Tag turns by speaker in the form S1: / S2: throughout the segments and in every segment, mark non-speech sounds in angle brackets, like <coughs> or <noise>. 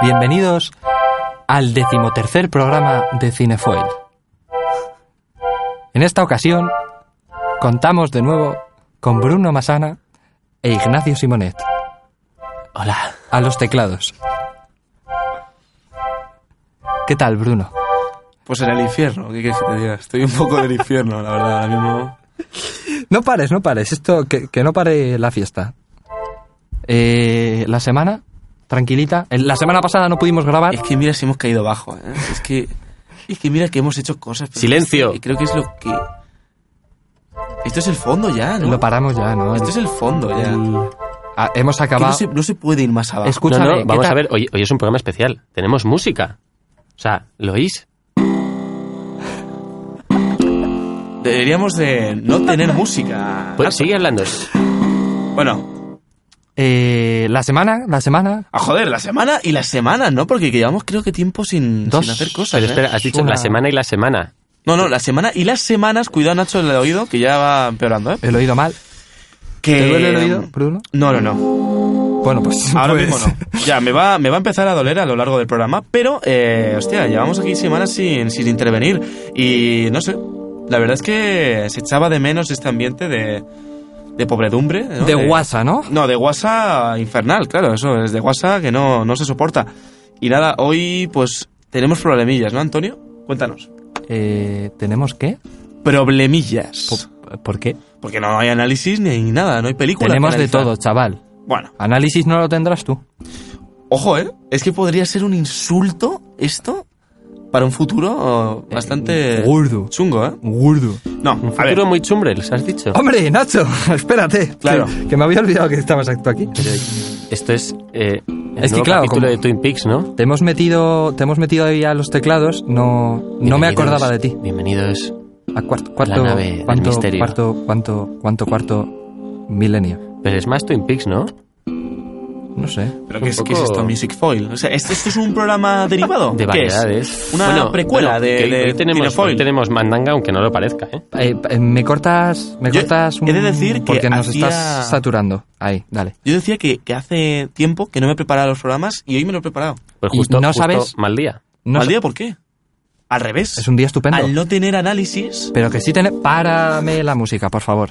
S1: Bienvenidos al decimotercer programa de Cinefoil. En esta ocasión contamos de nuevo con Bruno Masana e Ignacio Simonet
S2: Hola.
S1: a los teclados. ¿Qué tal, Bruno?
S2: Pues
S1: Ah.
S2: en el infierno, ¿qué quieres que te diga? Estoy un poco del infierno, la verdad, ahora mismo.
S1: No pares, no pares. Esto que, que no pare la fiesta. Eh, la semana tranquilita. El- La semana pasada no pudimos grabar.
S2: Es que mira si hemos caído bajo, ¿eh? Es que, es que mira que hemos hecho cosas. pero-
S3: Silencio.
S2: Creo que es lo que... Esto es el fondo ya, ¿no?
S1: Lo paramos ya, ¿no?
S2: Esto es el fondo ya. Que
S1: Ah, hemos
S2: No
S1: acabado.
S2: se, no se puede ir más abajo.
S1: Escúchame,
S3: no,
S1: ¿qué
S3: no, vamos
S1: tal?
S3: a ver, hoy, hoy es un programa especial. Tenemos música. O sea, ¿lo oís?
S2: Deberíamos de no tener música.
S1: Ah,
S2: Ah,
S3: Pues, sigue hablando.
S2: Bueno,
S1: Eh, la semana, la semana.
S2: a joder, la semana y las semanas, ¿no? Porque llevamos creo que tiempo sin,
S1: Dos.
S2: sin hacer cosas.
S3: Pero
S2: ¿eh?
S3: espera, has dicho
S1: Una-
S3: la semana y la semana.
S2: No, no, la semana y las semanas. Cuidado, Nacho, el oído, que ya va empeorando, ¿eh?
S1: El oído mal.
S2: Que... mm,
S1: ¿Te duele el oído, Bruno?
S2: No, no, no.
S1: Bueno, pues.
S2: <laughs> Ahora
S1: pues-
S2: mismo no. Ya, me va, me va a empezar a doler a lo largo del programa, pero, eh, hostia, llevamos aquí semanas sin, sin intervenir y no sé. La verdad es que se echaba de menos este ambiente de, de pobredumbre.
S1: <laughs>
S2: ¿no?
S1: De guasa, ¿no?
S2: No, de guasa infernal, claro, eso es de guasa que no, no se soporta. Y nada, hoy pues tenemos problemillas, ¿no, Antonio? Cuéntanos.
S1: Eh, ¿Tenemos qué?
S2: Problemillas.
S1: ¿Por, por qué?
S2: Porque no hay análisis ni hay nada, no hay película. que
S1: Tenemos de
S2: analizar.
S1: todo, chaval.
S2: Bueno,
S1: Análisis no lo tendrás tú.
S2: Ojo, ¿eh? Es que podría ser un insulto esto para un futuro eh, bastante
S1: Gordo.
S2: chungo, ¿eh?
S1: Gordo.
S2: No,
S3: Un
S2: a ver.
S3: futuro muy chumbrels, has dicho.
S1: ¡Hombre, Nacho! <laughs> Espérate.
S2: Claro.
S1: Que, que me había olvidado que estabas tú aquí.
S3: Esto es eh, el
S1: Es que
S3: nuevo
S1: claro,
S3: capítulo
S1: como-
S3: de Twin Peaks, ¿no?
S1: Te hemos metido, te hemos metido ahí a los teclados. No, no me
S3: Bienvenidos-
S1: acordaba de ti.
S3: Bienvenidos.
S1: A cuarto, cuarto,
S3: nave del
S1: cuarto,
S3: misterio.
S1: cuarto, cuánto, cuánto, cuarto milenio.
S3: Pero es más Twin Peaks, ¿no?
S1: No sé.
S2: ¿Pero qué es,
S3: un
S2: qué es
S3: poco-
S2: esto? Music Foil. O sea, ¿esto, esto es
S1: <laughs>
S2: un programa derivado?
S3: De
S2: ¿Qué es?
S3: variedades.
S2: Una
S3: Bueno,
S2: precuela
S3: bueno,
S2: de,
S3: que hoy-
S2: de
S3: hoy tenemos,
S2: Cinefoil.
S3: hoy tenemos mandanga, aunque no lo parezca, ¿eh?
S1: Eh, eh, me cortas, me
S2: Yo
S1: cortas un...
S2: he de decir que
S1: porque nos
S2: hacía-
S1: estás saturando. Ahí, dale.
S2: Yo decía que, que hace tiempo que no me preparaba los programas y hoy me lo he preparado.
S3: Pues
S1: Y
S3: justo,
S1: no
S3: justo
S1: sabes-
S3: mal día.
S1: No
S2: ¿Mal
S1: sé-
S2: día por qué? Al revés.
S1: Es un día estupendo.
S2: Al no tener análisis...
S1: Pero que sí tenemos... Párame la música, por favor.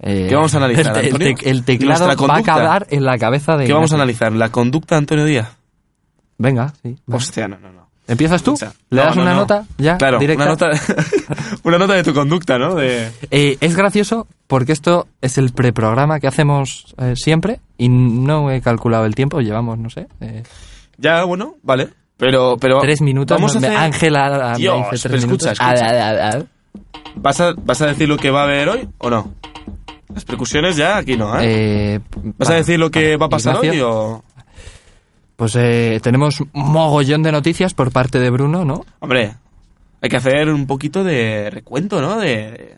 S1: Eh,
S2: ¿Qué vamos a analizar,
S1: el te- El,
S2: Antonio?
S1: tec- el teclado
S2: Nuestra
S1: va a
S2: conducta.
S1: acabar en la cabeza de...
S2: ¿Qué vamos a
S1: Ignacio.
S2: analizar? ¿La conducta de Antonio Díaz?
S1: Venga, sí. va.
S2: Hostia, no, no, no.
S1: ¿Empiezas tú?
S2: Escucha.
S1: ¿Le
S2: No,
S1: das
S2: no,
S1: una
S2: no.
S1: nota? Ya,
S2: Claro,
S1: directa.
S2: Una, nota, <laughs> una nota de tu conducta, ¿no? De...
S1: Eh, es gracioso porque esto es el preprograma que hacemos eh, siempre y no he calculado el tiempo. Llevamos, no sé, eh,
S2: Ya, bueno, vale. Pero, pero.
S1: tres minutos.
S2: Oh, Vamos a
S1: Me-
S2: hacer.
S1: Ángela me
S2: Dios,
S1: dice tres
S2: pero escucha,
S1: minutos.
S2: escucha.
S1: Ah, ah, ah,
S2: ¿Vas a, vas a decir lo que va a haber hoy o no? Las percusiones ya aquí no,
S1: ah.
S2: ¿eh?
S1: Eh,
S2: ¿Vas
S1: vale,
S2: a decir lo que
S1: vale.
S2: va a pasar
S1: Ignacio,
S2: hoy o.?
S1: Pues eh, tenemos mogollón de noticias por parte de Bruno, ¿no?
S2: Hombre, hay que hacer un poquito de recuento, ¿no? De.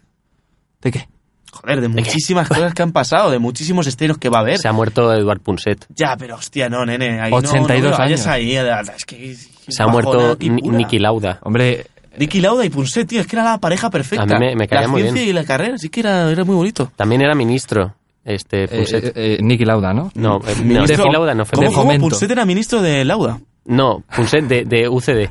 S1: ¿De qué?
S2: Joder, de muchísimas cosas que han pasado, de muchísimos estrenos que va a haber.
S3: Se ha muerto Eduard Punset.
S2: ya, pero hostia, no, nene. Ahí no-
S1: 82
S2: no, me
S1: años.
S2: vayas ahí, la verdad, es que.
S3: Se ha muerto Ni- Niki
S2: Nicky
S3: Lauda.
S1: Hombre,
S2: Nicky Lauda y Punset, tío, es que era la pareja perfecta.
S3: A mí me- me caía
S2: la
S3: muy
S2: ciencia
S3: bien.
S2: y la carrera, sí que era, era muy bonito.
S3: También era ministro, este
S1: eh,
S3: Punset.
S1: eh, eh, Niki Lauda, ¿no?
S3: no, eh, no,
S1: ministro-
S3: Niki Lauda no
S2: Mm.
S3: fue.
S2: ¿Cómo,
S1: de
S2: cómo
S1: fomento.
S2: Punset era ministro de Lauda?
S3: No, Punset de, de UCD.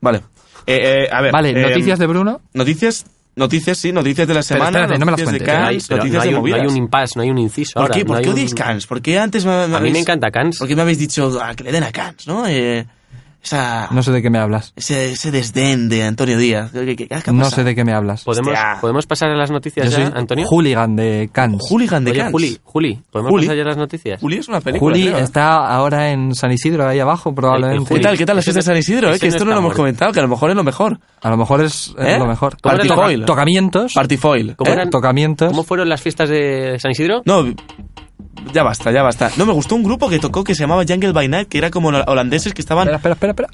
S2: Vale. Eh, eh, a ver.
S1: Vale,
S2: eh,
S1: noticias de Bruno.
S2: Noticias, noticias, sí, noticias de la semana.
S1: espérate, no me las
S2: noticias de
S1: cuentes.
S3: Pero hay-
S2: Cannes,
S3: ¿eh? pero no,
S2: noticias
S3: hay
S2: de
S3: un, no
S2: movidas.
S3: hay un impasse, no hay un inciso.
S2: ¿Por
S3: ahora,
S2: qué,
S3: no
S2: ¿Por
S3: hay
S2: qué
S3: un-
S2: odiáis Cannes? ¿Por qué antes me, me
S3: A mí
S2: habéis-
S3: me encanta Cans.
S2: ¿Por qué me habéis dicho ah, que le den a Cannes, no? Eh, esa,
S1: No sé de qué me hablas.
S2: ese, ese desdén de Antonio Díaz. ¿Qué, qué- qué- qué ha
S1: No
S2: pasado?
S1: sé de qué me hablas.
S3: ¿Podemos,
S2: Hostia.
S3: ¿Podemos pasar a las noticias
S1: Yo
S3: ya,
S1: soy
S3: Antonio?
S1: hooligan de Cannes.
S2: Hooligan de
S3: Oye,
S2: Cannes.
S3: Juli, Juli, ¿podemos
S2: Juli.
S3: pasar ya a las noticias?
S2: Juli es una película.
S1: Juli
S2: creo, ¿eh?
S1: está ahora en San Isidro, ahí abajo, probablemente.
S3: El- el
S2: ¿Qué
S3: Juli.
S2: tal, qué tal la
S3: Ese
S2: fiesta de
S3: no-
S2: San Isidro? Eh?
S3: ese
S2: Que
S3: no
S2: esto no lo
S3: está
S2: hemos
S3: muerto.
S2: comentado, que a lo mejor es lo mejor.
S1: A lo mejor es eh,
S2: ¿Eh?
S1: lo mejor.
S3: ¿Cómo
S1: Toca-
S3: era
S1: toca-
S2: el-
S1: tocamientos.
S2: Partifoil.
S3: ¿Cómo
S2: ¿eh?
S3: eran-
S1: Tocamientos.
S3: ¿Cómo fueron las fiestas de San Isidro?
S2: No, ya basta, ya basta. No, me gustó un grupo que tocó que se llamaba Jungle by Night, que era como hol- holandeses que
S1: Espera,
S2: estaban
S1: espera, espera, espera.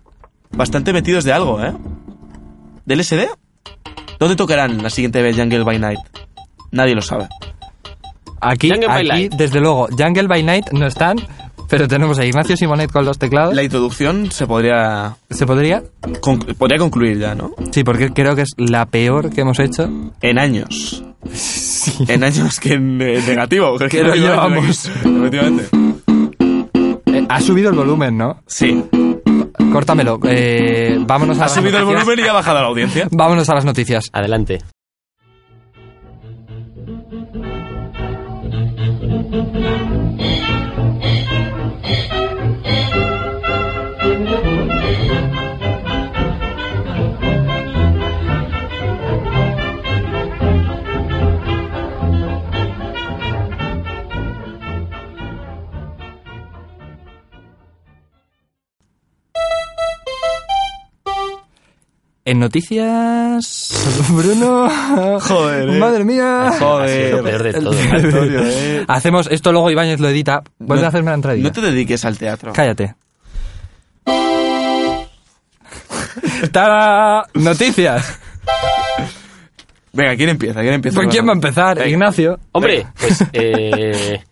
S2: bastante metidos de algo, ¿eh? ¿Del SD? ¿Dónde tocarán la siguiente vez Jungle by Night? Nadie lo sabe.
S1: Aquí,
S3: Jungle by
S1: aquí
S3: Night.
S1: desde luego, Jungle by Night no están, pero tenemos a Ignacio Simonet con los teclados.
S2: La introducción se podría,
S1: ¿Se podría?
S2: conclu- podría concluir ya, ¿no?
S1: Sí, porque creo que es la peor que hemos hecho.
S2: En años. En años que en, en negativo. <laughs>
S1: Que lo llevamos.
S2: Efectivamente.
S1: Eh, Ha subido el volumen, ¿no?
S2: Sí.
S1: Córtamelo. Eh, vámonos a
S2: Ha
S1: las
S2: subido el
S1: noticias.
S2: volumen y ha bajado la audiencia.
S1: Vámonos a las noticias.
S3: Adelante.
S1: En noticias. <laughs> Bruno.
S2: Joder, eh.
S1: Madre mía.
S2: Joder.
S3: Lo peor de todo.
S2: Antonio, eh.
S1: Hacemos esto luego Ibáñez lo edita. Vuelve
S2: No-
S1: a hacerme la entradilla.
S2: No te dediques al teatro.
S1: Cállate. ¡Tara! Noticias.
S2: Venga, ¿quién empieza? ¿Quién empieza?
S1: ¿Por quién va a empezar?
S2: Venga.
S1: Ignacio.
S2: <laughs>
S3: Hombre, pues eh,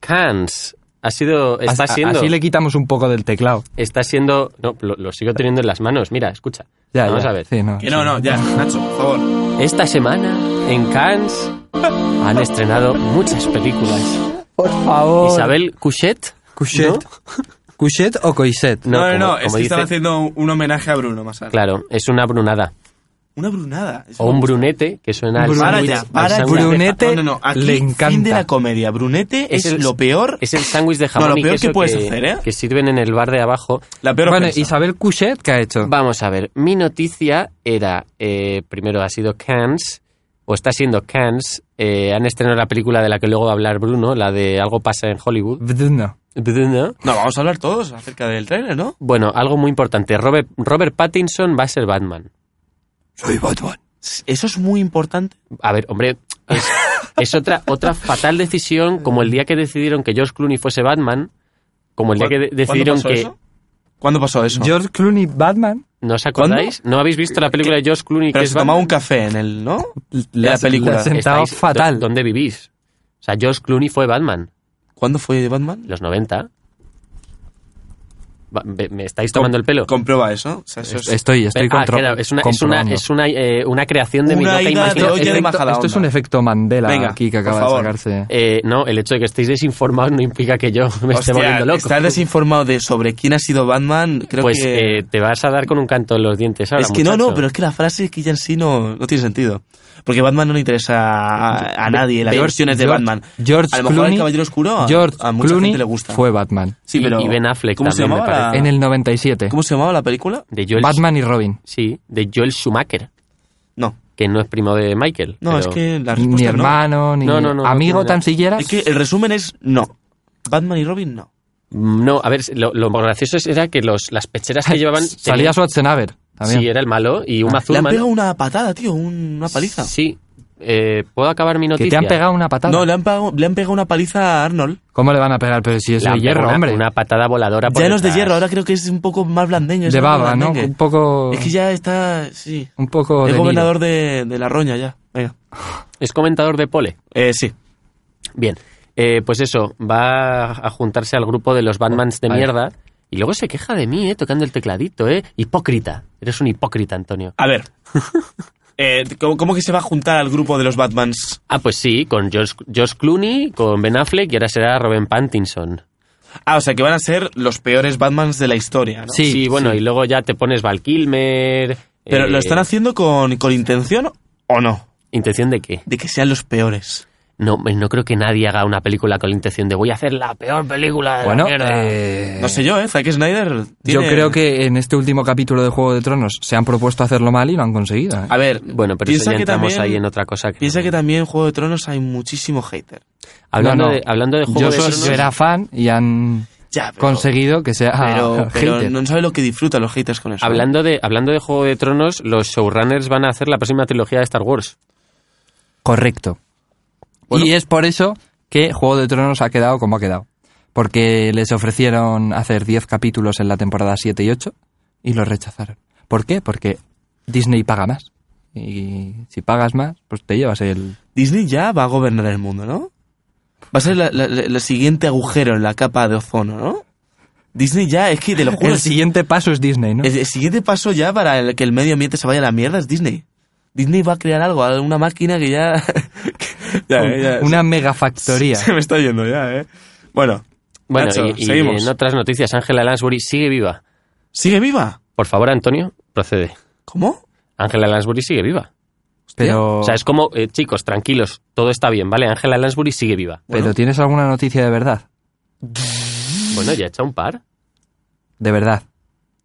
S3: Cans ha sido, está
S1: As- a-
S3: siendo,
S1: Así le quitamos un poco del teclado.
S3: está siendo, no, lo, lo sigo teniendo en las manos. Mira, escucha.
S1: Ya,
S3: Vamos
S1: ya.
S3: a ver.
S1: Sí, no.
S2: Que no, no, ya, Nacho, por favor.
S3: Esta semana en Cannes han estrenado muchas películas.
S1: Por favor.
S3: Isabel Couchet.
S1: Couchet. ¿Couchet o Coiset?
S2: No, no, no,
S3: como-
S2: es
S3: como
S2: que están
S3: dice-
S2: haciendo un, un homenaje a Bruno Masal.
S3: Claro, es una brunada.
S2: Una brunada. Es
S3: O un brunete, que suena al
S1: Brun-
S2: Para
S3: sándwich-
S2: ya,
S3: al
S2: para ya.
S3: sándwich de
S1: Brunete.
S3: jamón.
S2: No, no, no, aquí
S1: le
S2: fin
S1: encanta.
S2: de la comedia. Brunete es,
S3: Es el-
S2: lo peor.
S3: Es el sándwich de jamón
S2: No, lo
S3: y
S2: peor
S3: queso
S2: que puedes hacer, ¿eh?
S3: que sirven en el bar de abajo.
S2: La peor
S1: bueno,
S2: ofensa.
S1: Isabel Couchet, ¿qué ha hecho?
S3: Vamos a ver, mi noticia era, eh, primero ha sido Cannes, o está siendo Cannes, eh, han estrenado la película de la que luego va a hablar Bruno, la de Algo pasa en Hollywood.
S1: Bruno.
S3: Bruno.
S2: No, vamos a hablar todos acerca del trailer, ¿no?
S3: Bueno, algo muy importante, Robert, Robert Pattinson va a ser Batman.
S1: Soy Batman.
S2: Eso es muy importante.
S3: A ver, hombre, es, es otra, otra fatal decisión, como el día que decidieron que George Clooney fuese Batman, como el día Pues que de-
S2: ¿Cuándo
S3: decidieron
S2: pasó
S3: que...
S2: eso? ¿Cuándo pasó eso?
S1: George Clooney Batman.
S3: ¿No os acordáis? ¿No habéis visto la película de George Clooney que
S2: Pero
S3: es
S2: se tomaba
S3: Batman?
S2: un café en el, ¿no?
S1: Le
S2: la
S1: has-
S2: película.
S1: le has sentado
S3: Estáis-
S1: fatal.
S3: ¿Dónde vivís? O sea, George Clooney fue Batman.
S2: ¿Cuándo fue Batman?
S3: los 90. Va- ¿Me me estáis tomando el pelo?
S2: Comprueba eso. O sea, eso es-
S1: Estoy, estoy
S3: Ah,
S1: contro-
S3: claro, es una, es una,
S1: comprobando.
S3: es una, eh, una creación de mi
S2: Una
S3: loca
S2: ida de
S3: imaginación.
S2: olla de
S3: Efecto-
S2: Majadahonda.
S1: Esto es un efecto Mandela
S2: Venga,
S1: aquí que
S2: por
S1: acaba de
S2: favor.
S1: sacarse.
S3: Eh, no, el hecho de que estéis desinformados no implica que yo me esté
S2: Hostia,
S3: volviendo loco.
S2: Estar desinformado de sobre quién ha sido Batman, creo
S3: pues
S2: que...
S3: eh, te vas a dar con un canto en los dientes ahora,
S2: es que no,
S3: muchacho.
S2: no, pero es que la frase es que ya en sí no, no tiene sentido. Porque Batman no le interesa a, a nadie, las
S3: George-
S2: versiones de
S1: George-
S2: Batman.
S1: George
S2: a lo mejor
S1: Clooney-
S2: el Caballero Oscuro a,
S1: George
S2: a mucha
S1: Clooney
S2: gente le gusta.
S1: fue Batman.
S2: Sí,
S3: Y-
S2: pero-
S3: y Ben Affleck
S2: ¿cómo se
S3: también,
S2: llamaba la-
S3: me parece.
S1: En el 97.
S2: ¿Cómo se llamaba la película?
S3: De Joel,
S1: Batman y Robin.
S3: Sí, de Joel Schumacher,
S2: No,
S3: que no es primo de Michael.
S2: no,
S3: pero-
S2: es que la
S1: Ni
S2: respuesta no.
S1: hermano, ni
S3: No, no, no,
S1: amigo
S3: no, no.
S1: tan siquiera.
S2: Es que el resumen es no. Batman y Robin no.
S3: No, a ver, lo, lo gracioso era que los, las pecheras que llevaban...
S1: Salía Schwarzenegger también.
S3: Sí, era el malo y
S2: Ah,
S3: Uma
S2: Le han
S3: Thurman.
S2: pegado una patada, tío, un- una paliza.
S3: Sí. Eh, ¿Puedo acabar mi
S1: que
S3: noticia?
S1: te han pegado una patada.
S2: No, le han, pegado, le han pegado una paliza a Arnold.
S1: ¿Cómo le van a pegar? Pero si es
S3: Le han
S1: de hierro,
S3: pegado una,
S1: hombre.
S3: Una patada voladora. por
S2: Ya no es de
S3: detrás.
S2: hierro, ahora creo que es un poco más blandeño. es
S1: de
S2: más
S1: baba, ¿no?
S2: blandengue.
S1: Un poco.
S2: Es que ya está, sí.
S1: Un poco.
S2: Es
S1: de
S2: gobernador de, de la Roña ya. Venga.
S3: Es comentador de pole.
S2: Eh, sí.
S3: Bien. Eh, pues eso, va a juntarse al grupo de los Batmans de
S1: Vale.
S3: mierda. Y luego se queja de mí, ¿eh? Tocando el tecladito, ¿eh? Hipócrita. Eres un hipócrita, Antonio.
S2: A <laughs> ver. Eh, ¿cómo, cómo que se va a juntar al grupo de los Batmans?
S3: Ah, pues sí, con Josh, Josh Clooney, con Ben Affleck y ahora será Robin Pattinson.
S2: Ah, o sea, que van a ser los peores Batmans de la historia, ¿no?
S1: Sí,
S3: bueno, y luego ya te pones Val Kilmer...
S2: Pero
S3: eh,
S2: ¿lo están haciendo con, con intención o no?
S3: ¿Intención de qué?
S2: De que sean los peores.
S3: No, no creo que nadie haga una película con la intención de voy a hacer la peor película de
S1: Bueno,
S3: la mierda.
S1: eh,
S2: No sé yo, ¿eh? Zack Snyder
S1: yo
S2: tiene-
S1: creo que en este último capítulo de Juego de Tronos se han propuesto hacerlo mal y lo han conseguido. ¿eh?
S2: A ver,
S3: Bueno, pero eso
S2: piensa
S3: ya
S2: que
S3: entramos
S2: también-
S3: ahí en otra cosa. Que
S2: Piensa
S3: no-
S2: que también en Juego de Tronos hay muchísimo hater.
S3: hablando,
S1: No, no.
S3: De, hablando de juego
S1: Yo,
S3: de
S1: soy-
S3: Tronos,
S1: yo era fan y han
S2: Ya, pero...
S1: conseguido que sea
S3: <laughs>
S2: pero, pero
S1: <laughs> hater.
S2: no sabe lo que disfrutan los haters con eso. ¿eh?
S3: hablando de hablando de juego de Tronos, los showrunners van a hacer la próxima trilogía de Star Wars.
S1: Correcto.
S2: Bueno.
S1: Y es por eso que Juego de Tronos ha quedado como ha quedado. Porque les ofrecieron hacer 10 capítulos en la temporada 7 y 8 y lo rechazaron. ¿Por qué? Porque Disney paga más. Y si pagas más, pues te llevas el...
S2: Disney ya va a gobernar el mundo, ¿no? Va a ser la- la- la- el siguiente agujero en la capa de ozono, ¿no? Disney ya, es que te
S1: <laughs>
S2: lo juro.
S1: El siguiente paso es Disney, ¿no?
S2: el- el siguiente paso ya para el- que el medio ambiente se vaya a la mierda es Disney. Disney va a crear algo, una máquina que ya. <laughs> que- ya, eh, ya,
S1: Una mega factoría.
S2: se, se me está yendo ya, ¿eh? Bueno,
S3: Bueno,
S2: Nacho,
S3: y, y
S2: seguimos.
S3: en otras noticias, Angela Lansbury sigue viva.
S2: ¿Sigue viva?
S3: Por favor, Antonio, procede.
S2: ¿Cómo?
S3: Angela Lansbury sigue viva.
S1: Pero,
S3: O sea, es como, eh, chicos, tranquilos, todo está bien, ¿vale? Angela Lansbury sigue viva.
S1: pero
S2: Bueno.
S1: ¿tienes alguna noticia de verdad?
S3: Bueno, ya he echado un par.
S1: De verdad.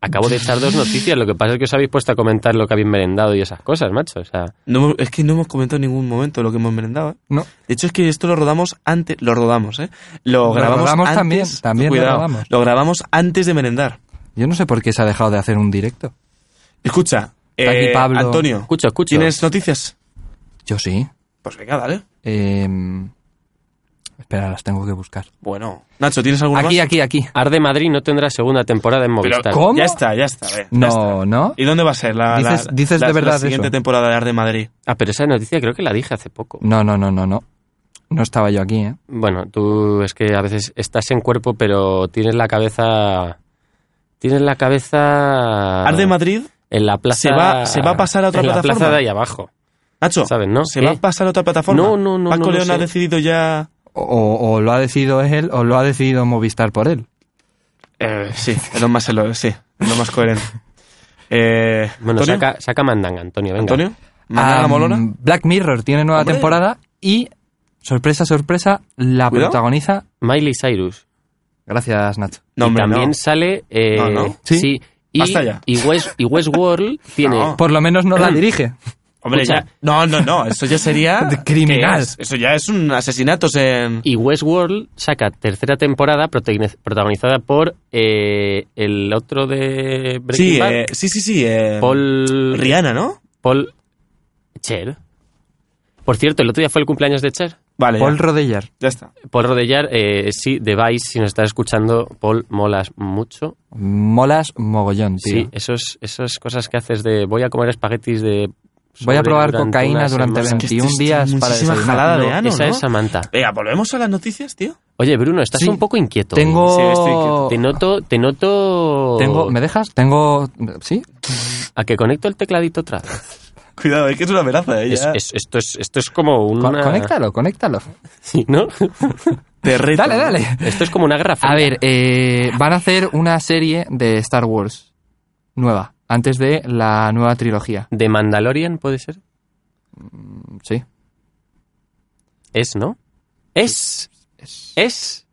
S3: Acabo de echar dos noticias, lo que pasa es que os habéis puesto a comentar lo que habéis merendado y esas cosas, macho. O sea,
S2: No hemos- es que no hemos comentado en ningún momento lo que hemos merendado. ¿eh?
S1: No.
S2: De hecho, es que esto lo rodamos antes. Lo rodamos, ¿eh? Lo
S1: Lo
S2: grabamos
S1: rodamos
S2: antes.
S1: también, también lo
S2: cuidado,
S1: rodamos.
S2: Lo grabamos antes de merendar.
S1: Yo no sé por qué se ha dejado de hacer un directo.
S2: Escucha,
S1: Está aquí
S2: eh,
S1: Pablo.
S2: Antonio,
S3: escucho, escucho.
S2: ¿tienes noticias?
S1: Yo sí.
S2: Pues venga, dale.
S1: Em, espera, las tengo que buscar.
S2: Bueno. Nacho, ¿tienes alguna
S1: Aquí,
S2: más?
S1: aquí, aquí.
S3: Arde Madrid no tendrá segunda temporada en Movistar.
S1: ¿cómo?
S2: Ya está, ya está. a ver, ya está.
S1: No, no.
S2: ¿Y dónde va a ser la, la-
S1: Dices- dices
S2: la-
S1: de verdad
S2: la siguiente
S1: eso.
S2: temporada de Arde Madrid?
S3: Ah, pero esa noticia creo que la dije hace poco.
S1: No, no, no, no, no. No estaba yo aquí, ¿eh?
S3: Bueno, tú es que a veces estás en cuerpo, pero tienes la cabeza. Tienes la cabeza.
S2: Arde Madrid,
S3: En la plaza.
S2: se va- se va a pasar a otra
S3: en La
S2: plataforma.
S3: plaza de ahí abajo.
S2: Nacho,
S3: ¿Sabes, no?
S2: ¿se
S3: ¿Qué?
S2: va a pasar a otra plataforma?
S3: No, no, no,
S2: Paco
S3: no lo
S2: León ha
S3: sé.
S2: decidido ya...
S1: O, o- o lo ha decidido él o lo ha decidido Movistar por él.
S2: Eh, sí, es lo más, es lo- sí, es lo más coherente. Eh,
S3: Bueno,
S2: ¿Antonio?
S3: saca, saca mandanga, Antonio, venga.
S2: ¿Antonio? ¿Mañana
S1: Am,
S2: Molona?
S1: Black Mirror tiene nueva
S2: Hombre.
S1: temporada y, sorpresa, sorpresa, la
S2: Cuidado.
S1: protagoniza.
S3: Miley Cyrus.
S1: Gracias, Nacho.
S2: No,
S3: y
S2: hombre, no.
S3: también sale. eh,
S2: No, no.
S1: Sí.
S3: Y,
S2: Basta ya.
S3: y West-
S2: <laughs>
S3: y Westworld tiene.
S2: No.
S1: Por lo menos no la dirige.
S2: Hombre,
S3: Escucha.
S2: ya- No, no, no, eso ya sería...
S1: De criminal.
S2: ¿Qué es? Eso ya es un asesinato en...
S3: Y Westworld saca tercera temporada protagonis- protagonizada por eh, el otro de Breaking
S2: Sí,
S3: Bad,
S2: eh, sí, sí, sí. eh,
S3: Paul
S2: Rihanna, ¿no?
S3: Paul Cher. Por cierto, el otro día fue el cumpleaños de Cher.
S2: Vale,
S1: Paul
S2: ya,
S1: Rodeller.
S2: ya está.
S3: Paul Rodellar, eh, sí, de Vice, si nos estás escuchando, Paul, molas mucho.
S1: Molas mogollón, tío.
S3: Sí, esos, esas cosas que haces de voy a comer espaguetis de...
S1: Voy a
S3: sobre
S1: probar
S3: durante
S1: cocaína
S3: una
S1: durante
S3: semana.
S2: Es que esto
S1: 21
S2: es
S1: días para
S2: muchísima
S1: desayunar.
S2: jalada de
S1: No,
S2: ano,
S3: Esa
S2: ¿no?
S3: es Samantha.
S2: Venga, volvemos a las noticias, tío.
S3: Oye, Bruno, estás
S1: Sí.
S3: un poco inquieto. ¿eh?
S2: Sí, estoy
S1: Tengo...
S2: quieto.
S3: Te noto... Te noto...
S1: tengo... ¿Me dejas? Tengo... ¿Sí?
S3: A que conecto el tecladito otra vez.
S2: Cuidado, es que es una amenaza, ¿eh?
S3: Es-
S2: ya.
S3: es- esto, es, esto es como
S1: Co-
S3: una...
S1: Conéctalo, conéctalo.
S3: Sí, ¿no?
S2: Te reto.
S1: Dale, dale.
S3: Esto es como una guerra fría.
S1: A ver, eh, van a hacer una serie de Star Wars nueva, antes de la nueva trilogía.
S3: ¿De Mandalorian puede ser?
S1: Sí.
S3: Es, ¿no? Es.
S1: Es.
S3: Es.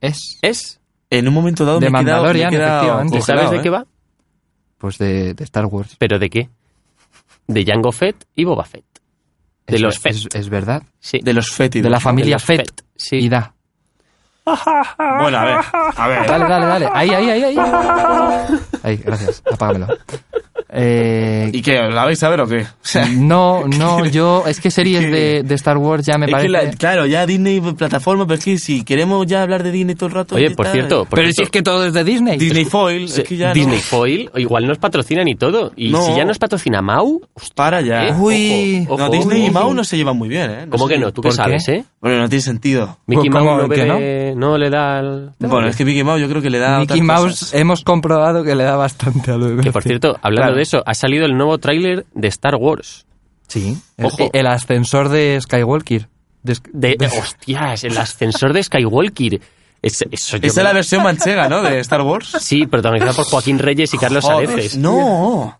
S1: es
S3: Es.
S2: En un momento dado
S1: De
S2: me he quedado, me he
S1: Mandalorian,
S2: quedado
S1: efectivamente.
S3: ¿Y
S2: congelado,
S3: sabes de
S2: ¿eh?
S3: qué va?
S1: pues de, de Star Wars.
S3: ¿Pero de qué? De Jango Fett y Boba Fett. De
S1: Es-
S3: los Fett.
S1: Es, es verdad.
S3: Sí.
S2: De los fétidos.
S1: De la familia
S3: los
S1: Fett.
S3: Sí.
S1: Y da.
S2: Bueno, a ver, a ver.
S1: Dale, dale, dale. Ahí, ahí, ahí, ahí. Ahí, gracias. Apágamelo. Eh,
S2: ¿Y qué? ¿La vais a ver o qué? O sea,
S1: no, no, yo. Es que series
S2: que-
S1: de, de Star Wars ya me
S2: es que
S1: parece.
S2: la- claro, ya Disney plataforma, pero es que si queremos ya hablar de Disney todo el rato.
S3: Oye,
S2: ¿qué
S3: por
S2: tal?
S3: cierto, por
S1: Pero si
S3: cierto,
S1: es que todo es de Disney.
S2: Disney Foil, es
S3: se-
S2: que ya. no.
S3: Disney Foil, o igual nos patrocinan y todo. Y
S2: No.
S3: si ya nos patrocina Mau,
S2: Para ya.
S3: eh,
S1: Uy.
S3: ojo,
S2: no,
S3: ojo,
S2: Disney y
S3: ojo.
S2: Mau no se llevan muy bien, ¿eh?
S3: ¿Cómo
S2: sé.
S3: que no? ¿Tú qué
S1: ¿Por qué?
S3: sabes, eh?
S2: Bueno, no tiene sentido.
S3: Mickey
S1: ¿Cómo
S3: Mouse no,
S1: que
S3: bebe- no le da al...
S2: Bueno, es que Mickey Mouse yo creo que le da.
S1: Mickey
S2: otras
S1: Mouse
S2: cosas.
S1: hemos comprobado que le da bastante a lo
S3: Que por cierto, hablando
S2: Claro.
S3: de eso, ha salido el nuevo tráiler de Star Wars.
S1: Sí. El,
S3: Ojo.
S1: el ascensor de Skywalker. De Sk-
S3: De, eh, hostias, el ascensor de Skywalker. Es, eso yo
S2: Esa es la
S3: me-
S2: versión manchega, ¿no? De Star
S3: <laughs>
S2: Wars.
S3: Sí, protagonizada por Joaquín Reyes y Carlos
S2: Joder,
S3: Areces.
S2: Oh, No.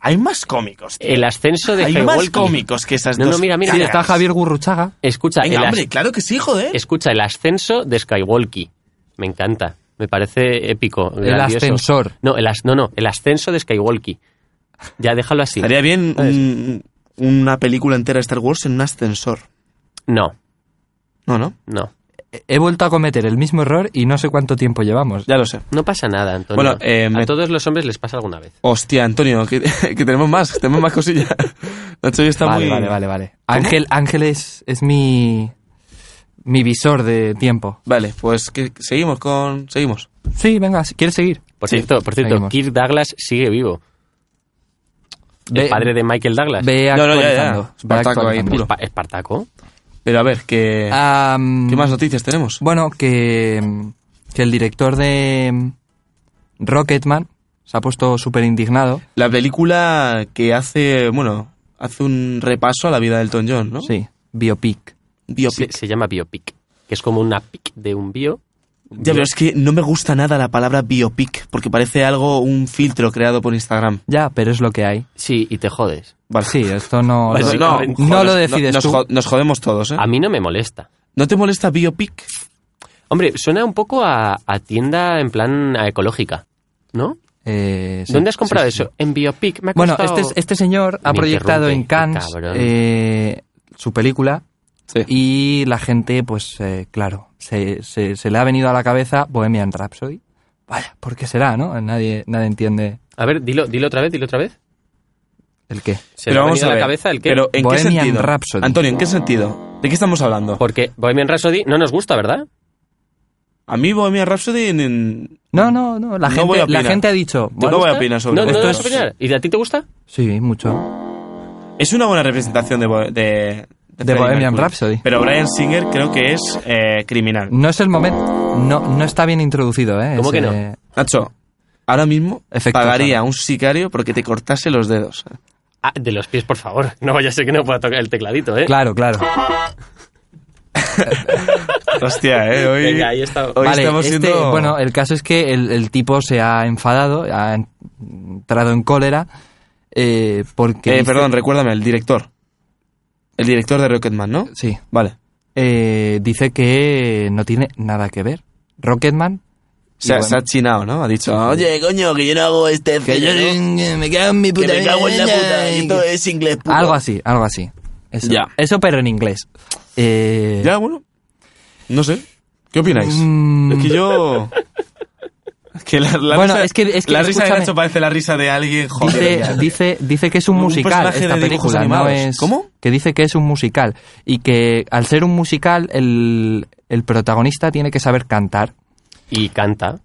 S2: Hay más cómicos, tío.
S3: El ascenso de
S2: Hay
S3: Skywalker.
S2: más cómicos que esas
S3: No, no,
S2: dos.
S3: mira, mira,
S1: Sí,
S2: cagas.
S1: está Javier Gurruchaga.
S3: Escucha,
S2: Venga,
S3: el as-
S2: hombre, claro que sí, joder.
S3: escucha, el ascenso de Skywalker. Me encanta. Me parece épico.
S1: El
S3: grandioso.
S1: ascensor.
S3: No, el as- no, no, el ascenso de Skywalker. Ya déjalo así.
S2: Estaría bien un- una película entera de Star Wars en un ascensor.
S3: No,
S2: No, no.
S3: no.
S1: He vuelto a cometer el mismo error y no sé cuánto tiempo llevamos.
S2: Ya lo sé.
S3: No pasa nada, Antonio.
S2: Bueno, eh, me-
S3: A todos los hombres les pasa alguna vez.
S2: Hostia, Antonio, que, <laughs> que tenemos más, que tenemos más cosillas. <laughs> Nacho hoy está
S1: vale,
S2: muy...
S1: vale, vale, vale. Ángel, Ángel es, es mi, mi visor de tiempo.
S2: Vale, pues que, que seguimos con... Seguimos.
S1: Sí, venga, si quieres seguir.
S3: Por
S2: Sí,
S3: cierto, por cierto,
S1: seguimos.
S3: Kirk Douglas sigue vivo.
S1: Ve-
S3: el padre de Michael Douglas.
S1: Ve
S2: No, no, ya, ya.
S1: actualizando. ve
S2: Espartaco ahí,
S1: actualizando. Eh,
S2: puro.
S3: Espa- Espartaco.
S2: Pero a ver, que...
S3: Ah,
S1: Am,
S2: ¿Qué
S3: mm.
S2: más noticias tenemos?
S1: Bueno, que, que el director de Rocketman se ha puesto súper indignado.
S2: La película que hace... Bueno, hace un repaso a la vida de Elton John, ¿no?
S1: Sí, biopic.
S2: Biopic.
S3: Se, se llama biopic, que es como una pic de un bio
S2: Ya, pero es que no me gusta nada la palabra biopic, porque parece algo, un filtro creado por Instagram.
S1: Ya, pero es lo que hay.
S3: Sí, y te jodes.
S2: Vale.
S1: Sí, esto no,
S2: <laughs> Pues
S1: lo,
S2: no,
S1: no
S2: joder,
S1: lo decides
S2: nos,
S1: tú.
S2: jo- nos jodemos todos, ¿eh?
S3: A mí no me molesta.
S2: ¿No te molesta biopic?
S3: Hombre, suena un poco a, a tienda en plan a ecológica, ¿no?
S1: Eh, sí,
S3: ¿Dónde has
S1: sí,
S3: comprado
S1: sí,
S3: eso? En Biopic. Me ha
S1: Bueno,
S3: costado-
S1: este, es- este señor ha
S3: Me
S1: proyectado en
S3: interrumpe,
S1: Cannes
S3: cabrón.
S1: eh, su película
S2: Sí.
S1: y la gente, pues eh, claro, se, se- se le ha venido a la cabeza Bohemian Rhapsody. Vaya, ¿por qué será, no? Nadie, nadie entiende
S3: A ver, dilo, dilo otra vez, dilo otra vez.
S1: el qué.
S3: Se le ha venido a la cabeza el que...
S2: Pero ¿en qué
S1: Bohemian
S2: sentido?
S1: Rhapsody.
S2: Antonio, ¿en qué sentido? ¿De qué estamos hablando?
S3: Porque Bohemian Rhapsody no nos gusta, ¿verdad?
S2: A mí Bohemian Rhapsody en- en-
S1: No, no, no, la,
S2: No voy a
S1: gente, la
S2: opinar.
S1: gente ha dicho...
S2: Yo no
S1: "Bueno,
S2: voy a
S3: ¿Gusta?
S2: opinar sobre
S3: no,
S2: esto.
S3: No, vas a opinar. ¿Y a ti te gusta?
S1: Sí, mucho.
S2: es una buena representación de Bo- de,
S1: De
S2: Freddie
S1: Bohemian
S2: Mercury.
S1: Rhapsody.
S2: Pero Brian Singer creo que es eh, criminal.
S1: No es el momento... No, no está bien introducido, ¿eh?
S3: ¿Cómo que
S1: ese-
S2: Nacho, ahora mismo
S1: Efecto
S2: pagaría
S1: Jara.
S2: a un sicario porque te cortase los dedos.
S3: Ah, de los pies, por favor. No vaya a ser que no pueda tocar el tecladito, ¿eh?
S1: Claro, claro.
S2: Hostia, eh, hoy,
S3: Venga, ahí está.
S2: hoy
S1: Vale,
S2: estamos
S1: este-
S2: siendo...
S1: Bueno, el caso es que el, el tipo se ha enfadado, ha en- entrado en cólera, eh, porque...
S2: Eh,
S1: dice-
S2: perdón, recuérdame, el director. El director de Rocketman, ¿no?
S1: Sí.
S2: Vale.
S1: Eh, dice que no tiene nada que ver. Rocketman...
S2: O
S1: y
S2: sea,
S1: bueno,
S2: se ha chinado, ¿no? Ha dicho, oye, coño, que yo no hago este
S1: que yo-
S2: cine, ¿no?
S1: me cago en mi
S2: Que
S1: puta
S2: me cago en la
S1: vida,
S2: puta,
S1: y
S2: y todo es inglés
S1: que-
S2: puto.
S1: Algo así, algo así. Eso,
S2: Ya.
S1: Eso pero en inglés. Eh,
S2: Ya, bueno. No sé. ¿Qué opináis?
S1: mm,
S2: Es que yo... Es que la, la
S1: Bueno,
S2: risa,
S1: es que- es que,
S2: la risa de
S1: escúchame.
S2: Nacho parece la risa de alguien, joder.
S1: Dice,
S2: ya.
S1: dice, dice que es un,
S2: Un
S1: musical
S2: personaje
S1: esta
S2: de dibujos
S1: película, no
S2: animados.
S1: es...
S2: ¿Cómo?
S1: Que dice que es un musical y que al ser un musical el, el protagonista tiene que saber cantar.
S3: Y canta.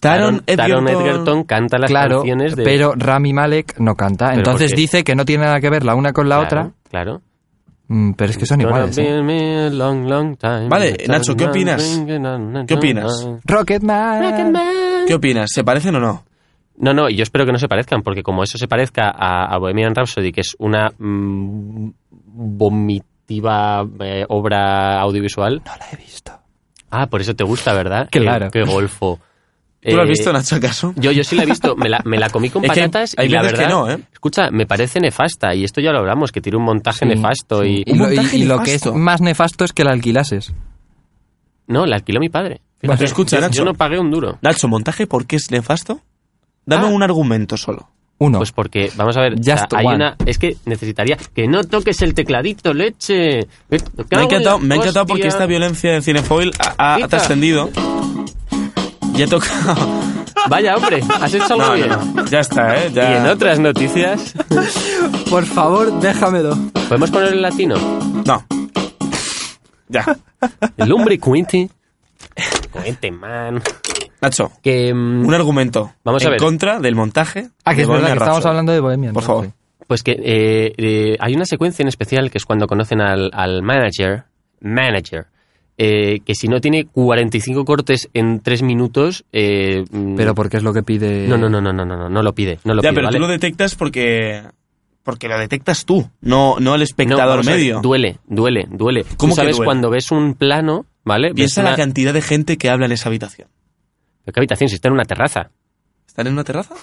S2: Taron Edgerton.
S3: Edgerton canta las
S1: claro,
S3: canciones de...
S1: pero Rami Malek no canta.
S3: ¿Pero
S1: Entonces
S3: por qué?
S1: dice que no tiene nada que ver la una con la
S3: Claro,
S1: otra,
S3: Claro.
S1: Mm, pero es que son
S3: Gonna
S1: iguales. ¿eh?
S3: be me a long, long time.
S2: Vale, Nacho, ¿qué opinas? ¿Qué opinas?
S1: Rocketman.
S2: ¿Qué opinas? ¿Se parecen o no?
S3: No, no, y yo espero que no se parezcan, porque como eso se parezca a, a Bohemian Rhapsody, que es una mm, vomitiva eh, obra audiovisual.
S1: No la he visto.
S3: Ah, por eso te gusta,
S2: <laughs>
S3: ¿verdad? Qué-
S1: Claro.
S3: Qué, golfo. Eh,
S2: ¿Tú lo has visto, Nacho, acaso?
S3: Yo, yo sí la he visto, me la, me la comí
S2: <laughs>
S3: con
S2: Es que hay-
S3: patatas
S2: hay
S3: y la
S2: veces
S3: verdad...
S2: que no, ¿eh?
S3: Escucha, me parece nefasta, y esto ya lo hablamos, que tiene un montaje
S1: Sí,
S3: nefasto
S1: sí.
S3: y...
S1: Y,
S2: Un
S1: lo, y-
S2: montaje
S1: y lo que es
S2: nefasto.
S1: más nefasto es que la alquilases.
S3: No, la alquiló mi padre. Fíjate,
S2: Pero escucha,
S3: yo,
S2: Nacho.
S3: yo no pagué un duro.
S2: Nacho, ¿montaje por qué es nefasto? Dame
S3: Ah.
S2: un argumento solo.
S1: Uno.
S3: Pues porque, vamos a ver, o sea,
S1: Just
S3: hay
S1: one.
S3: una. Es que necesitaría. ¡Que no toques el tecladito, leche!
S2: Me ha
S3: Me, cago en
S2: encantado,
S3: la
S2: me ha encantado porque
S3: hostia.
S2: esta violencia de Cinefoil ha, ha- ha
S3: Hija.
S2: trascendido. Ya
S3: <laughs>
S2: toca.
S3: Vaya, hombre, has hecho algo
S2: No,
S3: bien.
S2: no, no. Ya está, ¿eh? Ya.
S3: Y en otras noticias.
S1: Por favor, déjamelo.
S3: ¿Podemos poner el latino?
S2: No. Ya.
S3: El
S2: <laughs>
S3: hombre Quinty. Quinty, man.
S2: Nacho,
S3: Que. mm,
S2: un argumento
S3: Vamos a
S2: en
S3: ver.
S2: contra del montaje.
S1: Ah, que
S2: de
S1: es verdad
S2: Bohemian
S1: que estamos
S2: Rhapsody.
S1: hablando de Bohemian.
S2: Por
S1: Rhapsody.
S2: favor.
S3: Pues que eh, eh, hay una secuencia en especial que es cuando conocen al, al manager, manager, eh, que si no tiene 45 cortes en 3 minutos, eh, mm,
S1: Pero porque es lo que pide...
S3: No, no, no, no, no, no, no, no lo pide, no lo
S2: ya,
S3: pide,
S2: pero
S3: ¿vale?
S2: tú lo detectas porque. Porque lo detectas tú, no, no el
S3: No,
S2: espectador
S3: vamos a ver,
S2: medio.
S3: Duele, duele, duele. Tú
S2: ¿Cómo que
S3: sabes
S2: duele?
S3: cuando ves un plano, ¿vale? Ves
S2: Piensa
S3: una-
S2: la cantidad de gente que habla en esa habitación.
S3: ¿Pero ¿Qué habitación? Si está en una terraza.
S2: ¿Están en una terraza?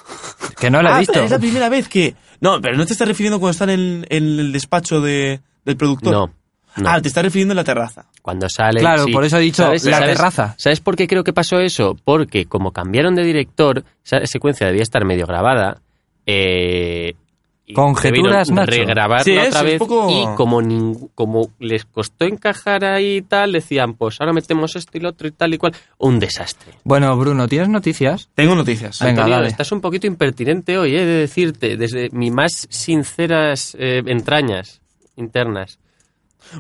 S1: Que no la he
S2: Ah,
S1: visto.
S2: Es la primera vez que. No, pero no te estás refiriendo cuando están en, en el despacho de, del productor.
S3: No. no.
S2: Ah, te estás refiriendo a la terraza.
S3: Cuando sale.
S1: Claro,
S3: sí.
S1: por eso he dicho la terraza.
S3: ¿Sabes por qué creo que pasó eso? Porque como cambiaron de director, esa secuencia debía estar medio grabada. Eh, y
S1: Conjeturas,
S3: debieron
S1: Nacho.
S3: regrabarla
S2: Sí, es
S3: otra
S2: un
S3: vez.
S2: poco-
S3: Y como, nin- como les costó encajar ahí y tal, decían, pues ahora metemos esto y lo otro y tal y cual. Un desastre.
S1: Bueno, Bruno, ¿tienes noticias?
S2: Tengo noticias.
S1: Venga,
S3: Antonio,
S1: dale.
S3: estás un poquito impertinente hoy, he de decirte, desde mis más sinceras eh, entrañas internas.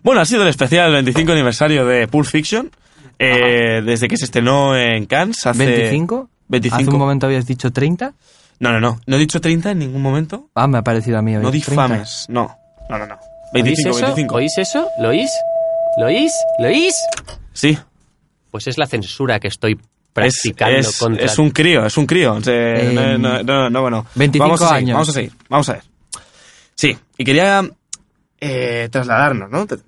S2: Bueno, ha sido el especial 25 aniversario de Pulp Fiction. eh, desde que se estrenó en Cannes hace.
S1: ¿25?
S2: 25.
S1: Hace un momento habías dicho 30.
S2: No, no, no. No he dicho 30 en ningún momento.
S1: Ah, me ha parecido a mí. hoy
S2: No
S1: 30.
S2: difames. No. No, no, no.
S3: ¿Oís
S2: 25,
S3: eso?
S2: 25.
S3: ¿Oís eso? ¿Lo oís? ¿Lo oís? ¿Lo oís?
S2: Sí.
S3: Pues es la censura que estoy
S2: Es,
S3: practicando
S2: es-
S3: contra... Em,
S2: es un crío, es un crío. O sea,
S1: Eh,
S2: no, no, no, no, bueno.
S1: 25
S2: vamos a seguir,
S1: años.
S2: Vamos a seguir, vamos a ver. Sí, y quería eh, trasladarnos, ¿no? Tra-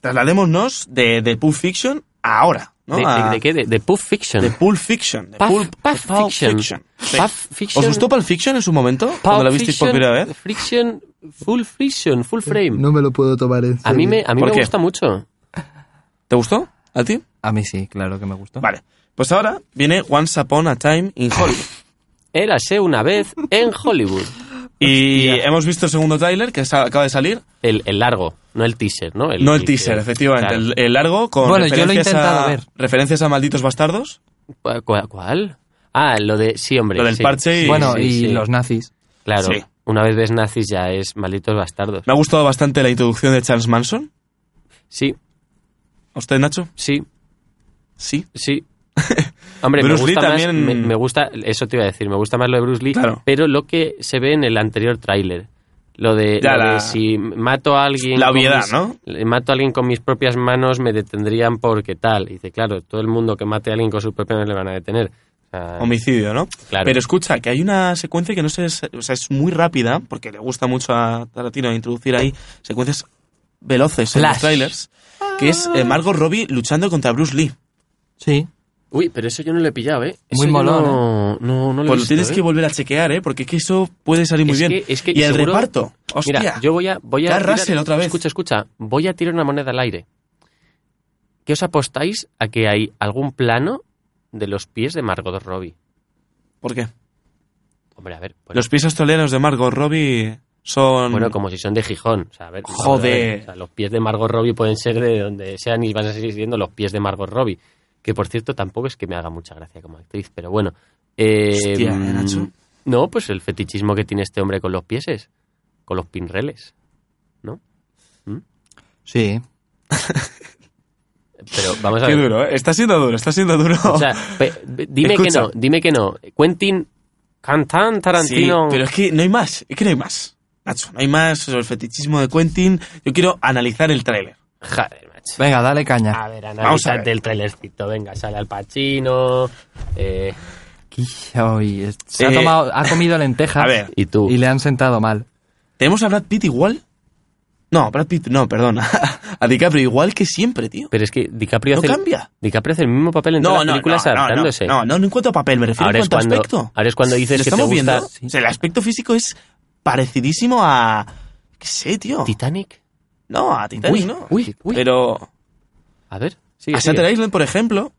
S2: Trasladémonos de, de Pulp Fiction a ahora. ¿no?
S3: ¿De,
S2: A-
S3: de- de qué? De, de Pulp Fiction.
S2: de Pulp Fiction. De
S3: Puff-
S2: Pulp,
S3: Puff
S2: Pulp
S3: Fiction.
S2: Sí.
S3: Pulp Fiction.
S2: ¿Os gustó Pulp Fiction en su momento? cuando la visteis por
S3: Fiction,
S2: primera vez.
S3: Friction, full friction, full frame.
S4: No me lo puedo tomar en serio.
S3: a mí me, a mí
S2: ¿Por
S3: me
S2: qué?
S3: gusta mucho.
S2: ¿Te gustó? ¿A ti?
S1: A mí sí, claro que me gustó.
S2: Vale. Pues ahora viene Once Upon a Time in
S3: <laughs>
S2: Hollywood.
S3: Érase una vez en Hollywood.
S2: Y hemos visto el segundo tráiler que sa- acaba de salir.
S3: El, el largo, no el teaser, ¿no?
S2: no el teaser, efectivamente.
S3: claro.
S2: El, el largo con
S1: Bueno, yo lo he
S2: referencias, a,
S1: intentado ver.
S2: referencias a malditos bastardos.
S3: ¿Cu- cu- ¿Cuál? Ah, lo de. Sí, hombre.
S2: Lo del
S3: sí,
S2: parche y-
S3: sí,
S1: bueno,
S3: sí,
S1: y
S3: sí.
S1: los nazis.
S3: Claro,
S2: Sí.
S3: una vez ves nazis ya es malditos bastardos.
S2: Me ha gustado bastante la introducción de Charles Manson.
S3: Sí,
S2: ¿A usted, Nacho?
S3: sí,
S2: Sí.
S3: sí. <laughs> Hombre,
S2: Bruce
S3: me gusta
S2: Lee
S3: más-
S2: también-
S3: me, me gusta, eso te iba a decir, me gusta más lo de Bruce Lee,
S2: Claro.
S3: pero lo que se ve en el anterior tráiler. Lo de,
S2: Ya,
S3: lo de
S2: la-
S3: si mato a alguien...
S2: La
S3: con
S2: obviedad,
S3: mis-
S2: ¿no?
S3: le- Mato a alguien con mis propias manos, me detendrían porque tal. Y dice, claro, todo el mundo que mate a alguien con sus propias manos le van a detener. O sea,
S2: Homicidio, ¿no?
S3: Claro.
S2: Pero escucha, que hay una secuencia que no sé, o sea, es muy rápida, porque le gusta mucho a Tarantino introducir ahí secuencias veloces en
S1: Flash.
S2: los trailers, que es eh, Margot Robbie luchando contra Bruce Lee.
S1: Sí.
S3: Uy, pero eso yo no lo he pillado, ¿eh?
S1: Muy
S3: Eso yo
S1: molón,
S3: No, no, no lo he
S2: Pues lo
S3: visto,
S2: tienes
S3: ¿eh?
S2: que volver a chequear, ¿eh? Porque es que eso puede salir muy
S3: Es
S2: bien.
S3: que- es que
S2: y el
S3: seguro-
S2: reparto. Hostia.
S3: Mira, yo voy a. Voy a
S2: Carl
S3: tirar-
S2: Russell otra vez.
S3: Escucha, escucha. Voy a tirar una moneda al aire. ¿Qué os apostáis a que hay algún plano de los pies de Margot Robbie?
S2: ¿Por qué?
S3: Hombre, a ver. Bueno,
S2: Los pies australianos de Margot Robbie son...
S3: bueno, como si son de Gijón. O sea, a ver,
S2: Joder.
S3: o sea, los pies de Margot Robbie pueden ser de donde sean y van a seguir siendo los pies de Margot Robbie. Que por cierto, tampoco es que me haga mucha gracia como actriz, pero bueno. Eh,
S2: Hostia,
S3: mm,
S2: Nacho.
S3: No, pues el fetichismo que tiene este hombre con los pieses, con los pinreles.
S1: Sí.
S3: Pero vamos a
S2: Qué
S3: ver.
S2: duro, ¿eh? Está siendo duro, está siendo duro. <laughs>
S3: O sea, pe- pe- dime
S2: Escucha.
S3: que no, dime que no. Quentin Cantan Tarantino.
S2: Sí, pero es que no hay más. Es que no hay más. Nacho, no hay más sobre el fetichismo de Quentin. Yo quiero analizar el tráiler.
S3: Joder, macho.
S1: Venga, dale caña.
S3: A ver,
S2: Vamos a ver.
S3: analízate el trailercito. Venga, sale al Pacino. eh,
S1: Hoy es- se ha,
S2: Eh,
S1: tomado, ha comido lentejas
S2: a ver.
S3: y tú.
S1: y le han sentado mal.
S2: ¿Tenemos a Brad Pitt igual? No, Brad Pitt, no, perdona. <laughs> A DiCaprio igual que siempre, tío.
S3: Pero es que DiCaprio
S2: No
S3: hace.
S2: cambia.
S3: DiCaprio hace el mismo papel en
S2: No, no,
S3: todas las
S2: no, no,
S3: películas
S2: no,
S3: adaptándose.
S2: no, no, no en cuanto a papel, me refiero
S3: Ahora
S2: en
S3: es
S2: cuanto
S3: cuando,
S2: a aspecto.
S3: ahora es cuando dices
S2: ¿Lo
S3: que te
S2: estamos
S3: gusta
S2: viendo? O sea, el aspecto físico es parecidísimo a... ¿Qué sé, tío?
S3: Titanic.
S2: No, a Titanic,
S3: uy,
S2: ¿no?
S3: uy, uy.
S2: Pero
S3: A ver, sigue,
S2: a
S3: sigue.
S2: Shutter Island, por ejemplo...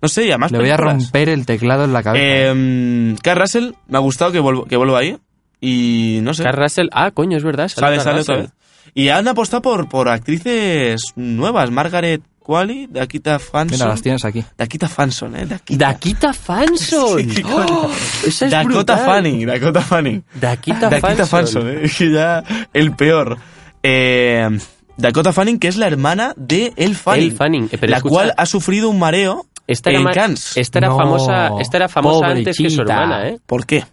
S2: No sé, y además
S1: Le voy a
S2: películas.
S1: romper el teclado en la cabeza.
S2: Eh, Carl Russell, me ha gustado que, vuelvo- que vuelva ahí. Y no sé,
S3: Carl Russell. ¿eh? Ah, coño, es verdad.
S2: ¿eh? sale,
S3: Carl
S2: sale otra
S3: Russell.
S2: vez. Y han apostado por, por actrices nuevas. Margaret Qualley, Dakita Fanson.
S1: Mira, las tienes aquí.
S2: Dakita Fanson, eh. Dakita,
S3: Dakota Fanson.
S2: Sí, qué
S3: Oh, esa es
S2: Dakota
S3: brutal.
S2: Fanning, Dakota Fanning.
S3: Dakota,
S2: Dakita Fanson, eh. <laughs> Que ya el peor. Eh, Dakota Fanning, que es la hermana de El Fanning.
S3: Elle Fanning, eh, pero
S2: la
S3: escucha-
S2: cual ha sufrido un mareo
S3: Esta era,
S2: en
S3: ma-
S2: Cannes.
S3: esta era
S1: No,
S3: famosa, esta era famosa antes que su
S1: pobrecita.
S3: hermana, ¿eh?
S2: ¿Por qué?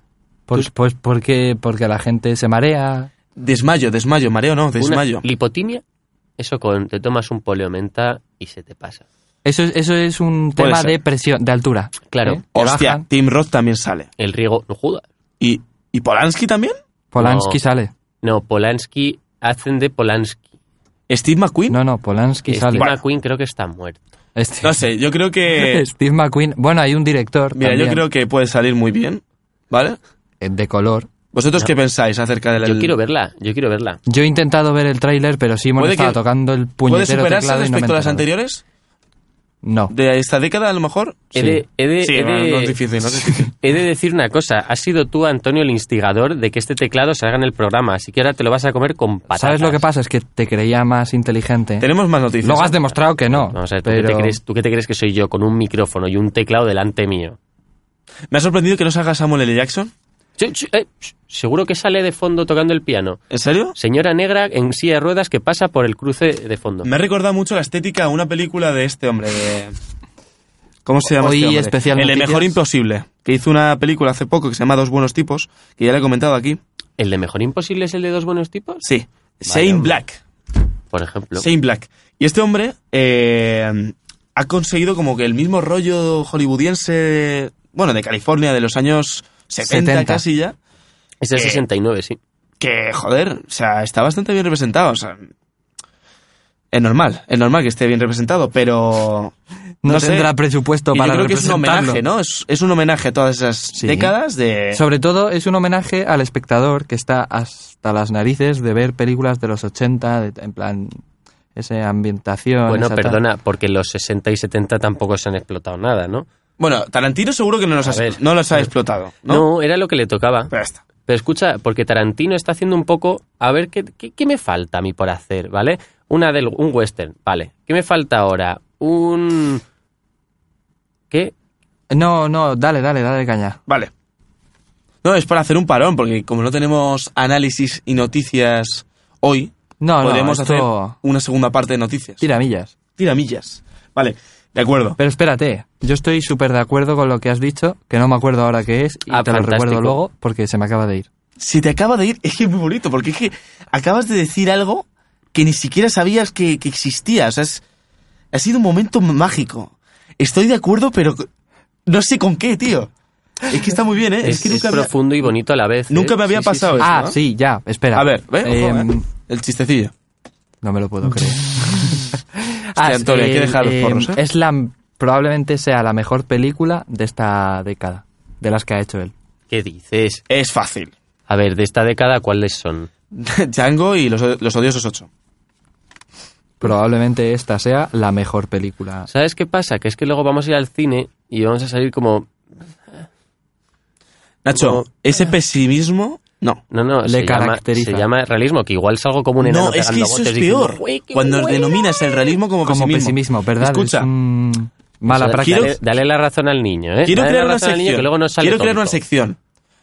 S1: Pues, pues porque, porque la gente se marea.
S2: Desmayo, desmayo, mareo no, desmayo.
S3: Una lipotimia, eso con te tomas un poliomenta y se te pasa.
S1: Eso, es- eso es un
S2: Puede
S1: tema
S2: ser.
S1: de presión, de altura.
S3: Claro.
S1: ¿Eh? Te
S2: Hostia,
S1: bajan.
S2: Tim Roth también sale.
S3: El riego, no jodas.
S2: ¿Y, y Polanski también?
S1: Polanski
S3: No.
S1: sale.
S3: No, Polanski hacen de Polanski.
S2: ¿Steve McQueen? No,
S1: No, no, Polanski
S3: Steve
S1: sale.
S2: Bueno.
S3: McQueen creo que está muerto.
S1: Este-
S2: sé, yo creo que.
S1: <laughs> Steve McQueen. Bueno, hay un director
S2: Mira, yo
S1: también,
S2: creo que puede salir muy bien, ¿vale?
S1: eh, de color.
S2: ¿Vosotros qué pensáis acerca de la.?
S3: Yo quiero verla, yo quiero verla.
S1: Yo he intentado ver el tráiler, pero Simon
S2: Puede
S1: estaba
S2: que-
S1: tocando el
S2: ¿Puede
S1: puñetero
S2: superarse
S1: teclado y no me
S2: respecto a
S1: he
S2: las
S1: enterado.
S2: anteriores?
S1: No.
S2: ¿De esta década, a lo mejor?
S3: He
S1: Sí.
S3: de, he de-
S2: Sí,
S1: eh,
S3: he
S2: no,
S3: de-
S2: no es difícil, no
S1: <laughs>
S2: es difícil.
S3: he de decir una cosa. Has sido tú, Antonio, el instigador de que este teclado salga en el programa, así que ahora te lo vas a comer con patatas.
S1: ¿Sabes lo que pasa? Es que te creía más inteligente.
S2: Tenemos más noticias.
S1: Luego has demostrado que no.
S3: Vamos a ver, ¿tú,
S1: pero...
S3: qué te crees, ¿tú qué te crees que soy yo con un micrófono y un teclado delante mío?
S2: Me ha sorprendido que no salga Samuel L. Jackson.
S3: Sí, sí, eh, sh- Seguro que sale de fondo tocando el piano.
S2: ¿En serio?
S3: Señora negra en silla de ruedas que pasa por el cruce de fondo.
S2: Me ha recordado mucho la estética a una película de este hombre, de. ¿Cómo se llama
S1: Hoy
S2: este hombre?
S1: especial
S2: El
S1: noticias.
S2: mejor imposible. Que hizo una película hace poco que se llama Dos buenos tipos, que ya le he comentado aquí.
S3: ¿El de Mejor Imposible es el de dos buenos tipos?
S2: Sí. Shane
S3: hombre.
S2: Black.
S3: Por ejemplo.
S2: Shane Black. Y este hombre eh, ha conseguido como que el mismo rollo hollywoodiense, bueno, de California de los años 70,
S1: 70.
S2: casi ya,
S3: Es
S2: Eh,
S3: el 69, sí.
S2: que, joder, o sea, está bastante bien representado. O sea, Es normal, es normal que esté bien representado, pero...
S1: No,
S2: sé.
S1: tendrá presupuesto
S2: Y yo
S1: para
S2: creo que es un
S1: representarlo.
S2: homenaje, ¿no? Es, es un homenaje a todas esas
S1: Sí.
S2: décadas de...
S1: Sobre todo es un homenaje al espectador que está hasta las narices de ver películas de los 80, de- en plan, esa ambientación.
S3: Bueno,
S1: esa tal.
S3: perdona, porque los 60 y 70 tampoco se han explotado nada, ¿no?
S2: Bueno, Tarantino seguro que no los,
S3: A
S2: has-
S3: ver.
S2: no los ha explotado,
S3: No,
S2: ¿no?
S3: era lo que le tocaba.
S2: Pero ya está.
S3: Pero escucha, porque Tarantino está haciendo un poco, a ver, ¿qué, qué, qué me falta a mí por hacer, ¿vale? Una del, un western, ¿vale? ¿Qué me falta ahora? Un... ¿Qué?
S1: No, no, dale, dale, dale caña.
S2: Vale. No, es para hacer un parón, porque como no tenemos análisis y noticias hoy,
S1: No, no,
S2: podemos
S1: esto-
S2: hacer una segunda parte de noticias.
S1: Tiramillas.
S2: Tiramillas. Vale, de acuerdo.
S1: Pero espérate, yo estoy súper de acuerdo con lo que has dicho, que no me acuerdo ahora qué es, y
S3: Ah,
S1: te lo
S3: fantástico.
S1: recuerdo luego porque se me acaba de ir.
S2: Si te acaba de ir, <laughs> es que es muy bonito, porque es que acabas de decir algo que ni siquiera sabías que, que existía. O sea, es- ha sido un momento mágico. Estoy de acuerdo, pero no sé con qué, tío. Es que está muy bien, ¿eh? Es,
S3: Es,
S2: que
S3: es
S2: nunca había-
S3: profundo y bonito a la vez. ¿eh?
S2: nunca me había
S3: Sí, sí,
S2: pasado
S3: sí.
S2: eso,
S1: ah,
S2: Pues, ¿no?
S1: sí, ya, espera.
S2: A ver, ve,
S1: Eh,
S2: ojo, eh. el chistecillo.
S1: No me lo puedo creer. <laughs>
S2: Hostia, Antonio, hay que dejar los porros, ¿eh?
S1: em, Es la, probablemente sea la mejor película de esta década, de las que ha hecho él.
S3: ¿Qué dices?
S2: Es fácil. <laughs>
S3: A ver, de esta década, ¿cuáles son?
S2: Django y los, los odiosos 8.
S1: Probablemente esta sea la mejor película.
S3: ¿Sabes qué pasa? Que es que luego vamos a ir al cine y vamos a salir como...
S2: Nacho,
S3: No.
S2: ese pesimismo, no.
S3: No, no,
S1: Le
S3: se, llama,
S1: caracteriza.
S3: se llama realismo, que igual salgo como un enano
S2: No, es que
S3: pegando
S2: eso es
S3: botes diciendo,
S2: peor.
S3: "Uy, qué
S2: Cuando
S3: guay".
S2: denominas el realismo como,
S1: Como pesimismo, ¿verdad?
S2: Escucha,
S1: Es un- mala
S3: O sea,
S1: práctica.
S3: Dale, dale la razón al niño, ¿eh?
S2: quiero
S3: Dale
S2: crear
S3: la
S2: una
S3: razón al niño,
S2: sección.
S3: que luego nos sale
S2: quiero crear una
S3: tonto.
S2: sección.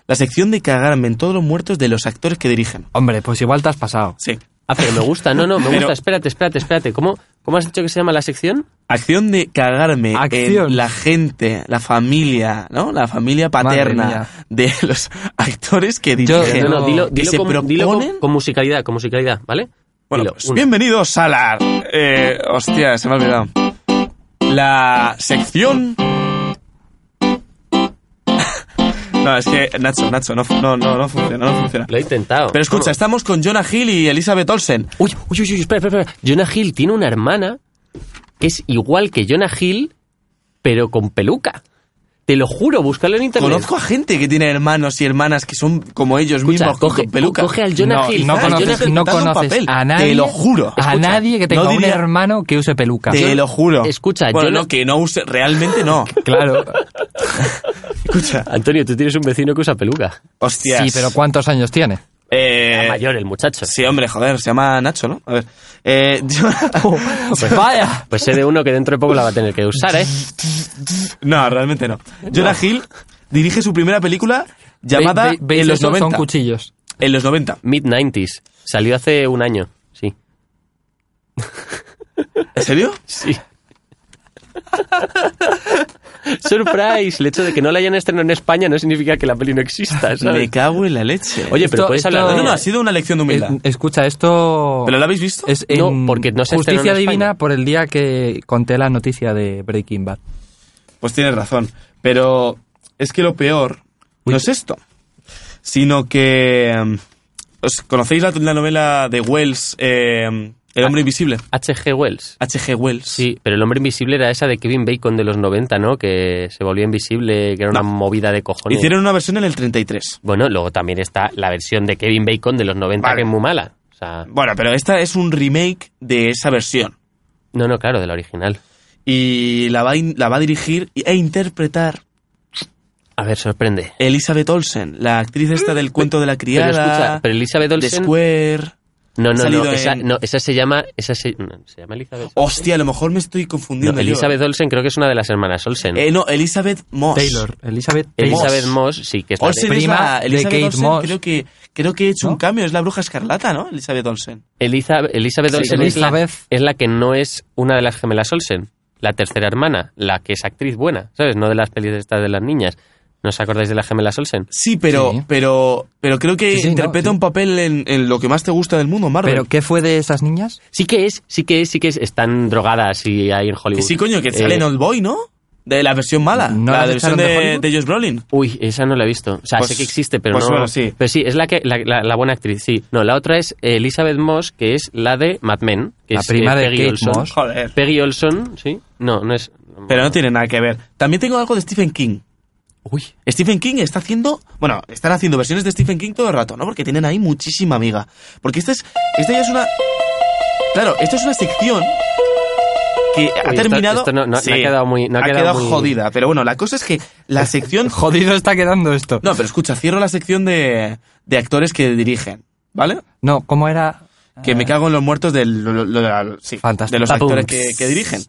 S2: La sección de cagarme en todos los muertos de los actores que dirigen.
S1: Hombre, pues igual te has pasado.
S2: Sí.
S3: Ah, pero me gusta, no, no, me
S2: Pero-
S3: gusta, espérate, espérate, espérate. ¿Cómo, ¿Cómo has dicho que se llama la sección?
S2: Acción de cagarme
S1: Acción.
S2: en la gente, la familia, ¿no? La familia
S1: Madre
S2: paterna
S1: mía.
S2: de los actores que
S1: Yo-
S2: dirigen.
S1: Pero-
S3: No, no, dilo,
S2: que
S3: dilo,
S2: se
S3: con, dilo con-
S2: proponen-
S3: con musicalidad, con musicalidad, ¿vale?
S2: Bueno,
S3: Dilo,
S2: pues,
S3: una.
S2: bienvenidos a la... eh, hostia, se me ha olvidado. La sección... <laughs> no, es que, Nacho, Nacho, no, fu- no, no, no funciona, no funciona.
S3: Lo he intentado.
S2: Pero escucha,
S3: Vamos.
S2: estamos con Jonah Hill y Elizabeth Olsen.
S3: Uy, uy, uy, uy, espera, espera, espera. Jonah Hill tiene una hermana que es igual que Jonah Hill, pero con peluca. Te lo juro, búscalo en internet.
S2: Conozco a gente que tiene hermanos y hermanas que son como ellos
S3: Escucha,
S2: mismos, con-
S3: coge-
S2: con peluca.
S3: coge al Jonah Hill,
S1: No
S3: Ah, yo
S1: conoces,
S2: Estoy
S1: no
S2: interpretando un
S1: conoces
S2: papel,
S1: a nadie.
S2: Te lo juro.
S1: A
S2: Escucha,
S1: nadie que tenga
S2: no
S1: un
S2: diría-
S1: hermano que use peluca.
S2: Te lo juro.
S3: Escucha,
S2: bueno,
S3: Jonah-
S2: no, que no use, realmente
S3: <laughs>
S2: no. <laughs>
S1: Claro.
S2: Escucha,
S3: Antonio, tú tienes un vecino que usa peluca.
S2: hostias.
S1: Sí, pero ¿cuántos años tiene?
S2: Eh,
S3: Mayor, el muchacho.
S2: Sí, hombre, joder, se llama Nacho, ¿no? A ver. Eh, <laughs> yo-
S3: Oh.
S1: Vaya.
S3: Pues sé de uno que dentro de poco la va a tener que usar, ¿eh?
S2: no, realmente no. Jonah Hill dirige su primera película llamada
S1: Ve- ve- veis
S2: En los
S1: eso,
S2: 90.
S1: Son cuchillos.
S2: En los 90.
S3: Mid-90s. Salió hace un año, sí.
S2: ¿En serio?
S3: Sí. <laughs> Surprise, el hecho de que no la hayan estrenado en España no significa que la peli no exista,
S2: Me
S3: ¿sabes?
S2: cago en la leche. Eh,
S3: Oye, pero
S1: Esto-
S3: puedes hablar
S1: esto-
S3: de
S2: no, no,
S3: ella.
S2: ha sido una lección de humildad.
S1: Es- Eh, escucha, esto...
S2: ¿Pero la habéis visto?
S1: Es
S3: No,
S1: en
S3: porque no se estrenó
S1: Justicia
S3: en España.
S1: Divina por el día que conté la noticia de Breaking Bad.
S2: Pues tienes razón. Pero es que lo peor no es esto, sino que. mm, ¿os ¿Conocéis la, la novela de Wells, eh, El hombre invisible?
S3: H.G. Wells.
S2: H.G. Wells.
S3: Sí, pero el hombre invisible era esa de Kevin Bacon de los 90, ¿no? Que se volvió invisible, que era una
S2: No.
S3: movida de cojones.
S2: Hicieron una versión en el 33.
S3: Bueno, luego también está la versión de Kevin Bacon de los 90,
S2: Vale.
S3: que es muy mala. O sea,
S2: Bueno, pero esta es un remake de esa versión.
S3: no, no, claro, de la original.
S2: Y la va, a in- la va a dirigir y- e interpretar
S3: A ver, sorprende.
S2: Elizabeth Olsen, la actriz esta del cuento de la
S3: Pero
S2: criada,
S3: escucha, pero Elizabeth
S2: de
S3: Olsen...
S2: Square.
S3: No, no,
S2: salido
S3: no esa,
S2: en-
S3: no, esa se llama... Esa se, no, ¿se llama Elizabeth Olsen?
S2: Hostia, a lo mejor me estoy
S3: No,
S2: confundiendo. yo.
S3: Elizabeth Olsen creo que es una de las hermanas Olsen.
S2: Eh, no, Elizabeth Moss.
S1: Taylor, Elizabeth Taylor.
S3: Elizabeth Moss, sí, que es la de-
S2: Olsen es
S1: prima
S2: la-
S1: de
S2: Elizabeth
S1: Kate
S2: Olsen,
S1: Moss.
S2: Creo que, creo que he hecho
S1: ¿No?
S2: un cambio, es la bruja escarlata, ¿no? Elizabeth Olsen.
S3: Eliza- Elizabeth
S1: Sí,
S3: Olsen
S1: Elizabeth.
S3: Es, la, es la que no es una de las gemelas Olsen, la tercera hermana, la que es actriz buena, ¿sabes? No de las pelis estas de las niñas. ¿No os acordáis de las gemelas Olsen?
S2: Sí, pero,
S1: Sí.
S2: pero, pero creo que
S1: Sí, sí, no,
S2: interpreta
S1: sí.
S2: un papel en, en lo que más te gusta del mundo, Marvel.
S1: ¿Pero qué fue de esas
S3: <laughs>
S1: niñas?
S3: Sí que es, sí que es, sí que es. Están drogadas y ahí en Hollywood.
S2: que sí, coño, que
S3: Eh,
S2: sale en Old Boy, ¿no? De la versión mala.
S1: ¿No
S2: la
S1: las
S2: versión
S1: echaron de
S2: de,
S1: Hollywood?
S2: de Josh Brolin.
S3: Uy, esa no la he visto. O sea,
S2: Pues-
S3: sé que existe, pero
S2: pues
S3: no.
S2: bueno, sí.
S3: Pero sí, es la que la, la- la buena actriz, sí. No, la otra es Elizabeth Moss, que es la de Mad Men, que
S1: La
S3: es
S1: prima
S3: eh,
S1: de
S3: Peggy
S1: Kate
S3: Olson.
S1: Moss.
S2: Joder.
S3: Peggy Olson, sí. No, no es.
S2: Pero no tiene nada que ver. También tengo algo de Stephen King.
S3: Uy.
S2: Stephen King está haciendo, bueno, están haciendo versiones de Stephen King todo el rato, ¿no? Porque tienen ahí muchísima amiga. Porque esta es, esta ya es una, claro, esta es una sección que ha
S3: Uy, esto-
S2: terminado,
S3: esto no- no- no ha quedado muy- no ha
S2: ha
S3: quedado
S2: quedado
S3: muy-
S2: jodida. Pero bueno, la cosa es que la
S3: <laughs>
S2: sección,
S1: Jodido está quedando esto.
S2: no, pero escucha, cierro la sección de, de actores que dirigen, ¿vale?
S1: No, ¿cómo era?
S2: Que me cago en los muertos del, lo- lo- lo- sí,
S1: Fantástico.
S2: de los
S1: Papum.
S2: actores que, que dirigen.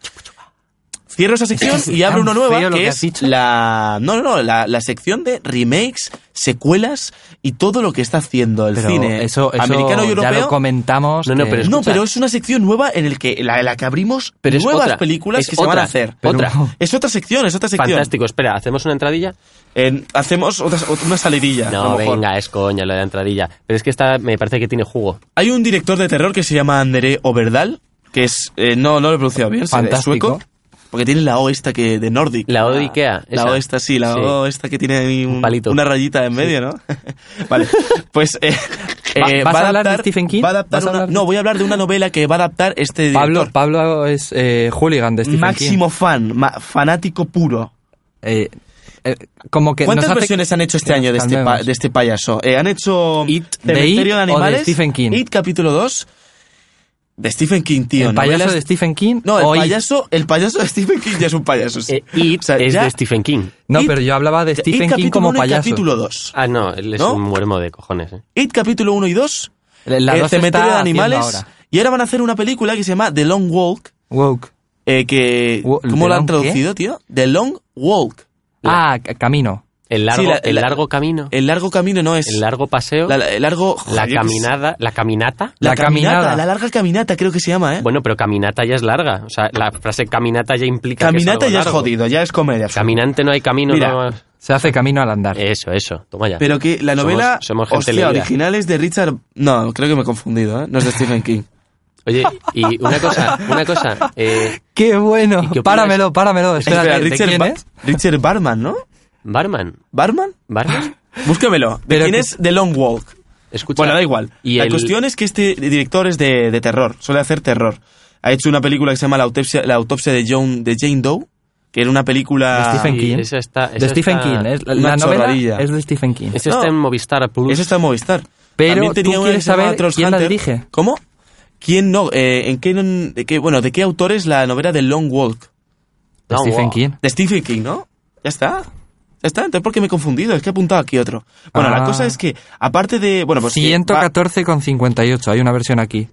S2: Cierro esa sección y abro una
S1: tan
S2: nueva
S1: feo lo
S2: que
S1: que has
S2: es
S1: dicho.
S2: la no no no la, la sección de remakes, secuelas y todo lo que está haciendo el
S1: Pero
S2: cine
S1: eso, eso
S2: americano y
S1: ya lo
S2: europeo.
S1: comentamos.
S3: No, no,
S1: que-
S3: pero
S2: no,
S3: Escucha.
S2: pero es una sección nueva en el que la, la que abrimos
S3: Pero es
S2: nuevas
S3: otra,
S2: películas
S3: es
S2: que se van
S3: otra,
S2: a hacer.
S3: pero- Otra.
S2: Es otra sección, es otra sección.
S3: Fantástico, espera, ¿hacemos una entradilla?
S2: En- hacemos otras- ot- una salidilla. a
S3: No,
S2: lo mejor.
S3: venga, es coña lo de la entradilla. Pero es que esta me parece que tiene jugo.
S2: Hay un director de terror que se llama André Overdal, que es eh, no no lo he pronunciado bien, es
S1: Fantástico.
S2: sueco. Porque tiene la O esta que de Nordic.
S3: La O de Ikea,
S2: Ah, La
S3: esa.
S2: O esta, sí, la
S3: Sí.
S2: O esta que tiene ahí un-
S3: Un palito.
S2: una rayita en medio, ¿no? <laughs>
S1: <laughs>
S2: vale, pues... eh,
S1: ¿Va-
S2: eh,
S1: vas a hablar de
S2: adaptar-
S1: Stephen King?
S2: va a adaptar
S1: ¿Vas a
S2: una-
S1: hablar de-
S2: No, voy a hablar de una novela que va a adaptar este director.
S1: Pablo, Pablo es eh, hooligan de Stephen
S2: máximo fan, ma- fanático puro.
S1: King. Eh, eh, como que
S2: ¿Cuántas
S1: nos hace-
S2: versiones han hecho este
S1: que
S2: año de
S1: nos
S2: este, pa-
S1: calmemos.
S2: de este payaso? Eh, han hecho
S1: It, de
S2: Cementerio
S1: It
S2: de
S1: o de
S2: Animales,
S1: Stephen King?
S2: It capítulo 2, de Stephen King, tío.
S1: el payaso
S2: novelas-
S1: de Stephen King?
S2: No, el
S1: o It?
S2: payaso, el payaso de Stephen King ya es un payaso. sí.
S3: Eh, It
S2: O sea,
S3: es
S2: ya-
S3: de Stephen King.
S1: No,
S2: It-
S1: pero yo hablaba de
S2: It
S1: Stephen King
S2: capítulo
S1: como
S2: uno y
S1: payaso.
S2: capítulo 2.
S3: Ah, no, él es
S2: ¿No?
S3: un muermo de cojones. ¿eh?
S2: It capítulo 1 y 2.
S1: La- la
S2: el
S1: dos está
S2: Eh, cementerio de
S1: haciendo
S2: animales.
S1: ahora.
S2: Y ahora van a hacer una película que se llama The Long Walk.
S1: Woke.
S2: eh, que,
S1: Wo-
S2: ¿Cómo
S1: ¿The
S2: la han
S1: Long qué?
S2: traducido, tío? The Long Walk.
S1: Ah, ca- camino.
S3: El largo,
S2: Sí, la-
S3: el
S2: la-
S3: largo camino,
S2: El largo camino no es.
S3: el largo paseo,
S2: la,
S3: la,
S2: la- el largo. joder, pues yo qué sé.
S3: caminada, la caminata.
S2: La,
S1: La
S2: caminata,
S1: caminada.
S2: La larga caminata, creo que se llama, ¿eh?
S3: Bueno, pero caminata ya es larga. O sea, la frase caminata ya implica. que
S2: caminata
S3: algo
S2: ya es
S3: largo.
S2: jodido, ya es comedia.
S3: Caminante no hay camino.
S2: Mira.
S3: no-
S1: Se hace camino al andar.
S2: Eh,
S3: Eso, eso. Toma ya.
S2: Pero que la
S3: Somos-
S2: novela.
S3: somos gente
S2: hostia,
S3: leída.
S2: original es de Richard. No, creo que me he confundido, ¿eh? No es de Stephen King.
S3: Oye, y una cosa, una cosa. eh,
S1: ¡Qué bueno!
S3: ¿Y qué opinas?
S1: Páramelo, páramelo. Espérate,
S2: Espera,
S1: ¿de
S2: Richard,
S1: quién
S2: Ba-
S1: es?
S2: Richard Barman, ¿no?
S3: barman,
S2: ¿Barman? <laughs>
S3: barman.
S2: Búscamelo. ¿De
S1: Pero
S2: quién
S1: que-
S2: es The Long Walk?
S3: Escucha.
S2: Bueno, da igual.
S3: Y
S2: la
S3: el-
S2: cuestión es que este director es de, de terror, suele hacer terror. Ha hecho una película que se llama La autopsia, la autopsia de, John, de Jane Doe, que era una película...
S1: De Stephen
S3: y
S1: King.
S3: esa está- esa
S1: de Stephen
S3: está-
S1: King. es- la
S2: Una
S1: la novela
S2: chorradilla.
S1: es de Stephen King.
S3: Eso
S2: No.
S3: está en Movistar Plus.
S2: Eso está en Movistar.
S1: Pero
S2: También tenía
S1: tú
S2: una
S1: quieres
S2: que se llamaba
S1: saber
S2: Troll
S1: quién la
S2: Hunter.
S1: dirige.
S2: ¿Cómo? ¿Quién no? eh, ¿En qué, non- de qué- bueno, ¿de qué autor es la novela de Long Walk?
S1: De
S3: No,
S1: Stephen
S3: wow.
S1: King.
S2: De Stephen King, ¿no? Ya está. Ya está, entonces porque me he confundido, es que he apuntado aquí otro. Bueno,
S1: Ah.
S2: la cosa es que, aparte de... Bueno, pues que va-
S1: 114,58. Hay una versión aquí.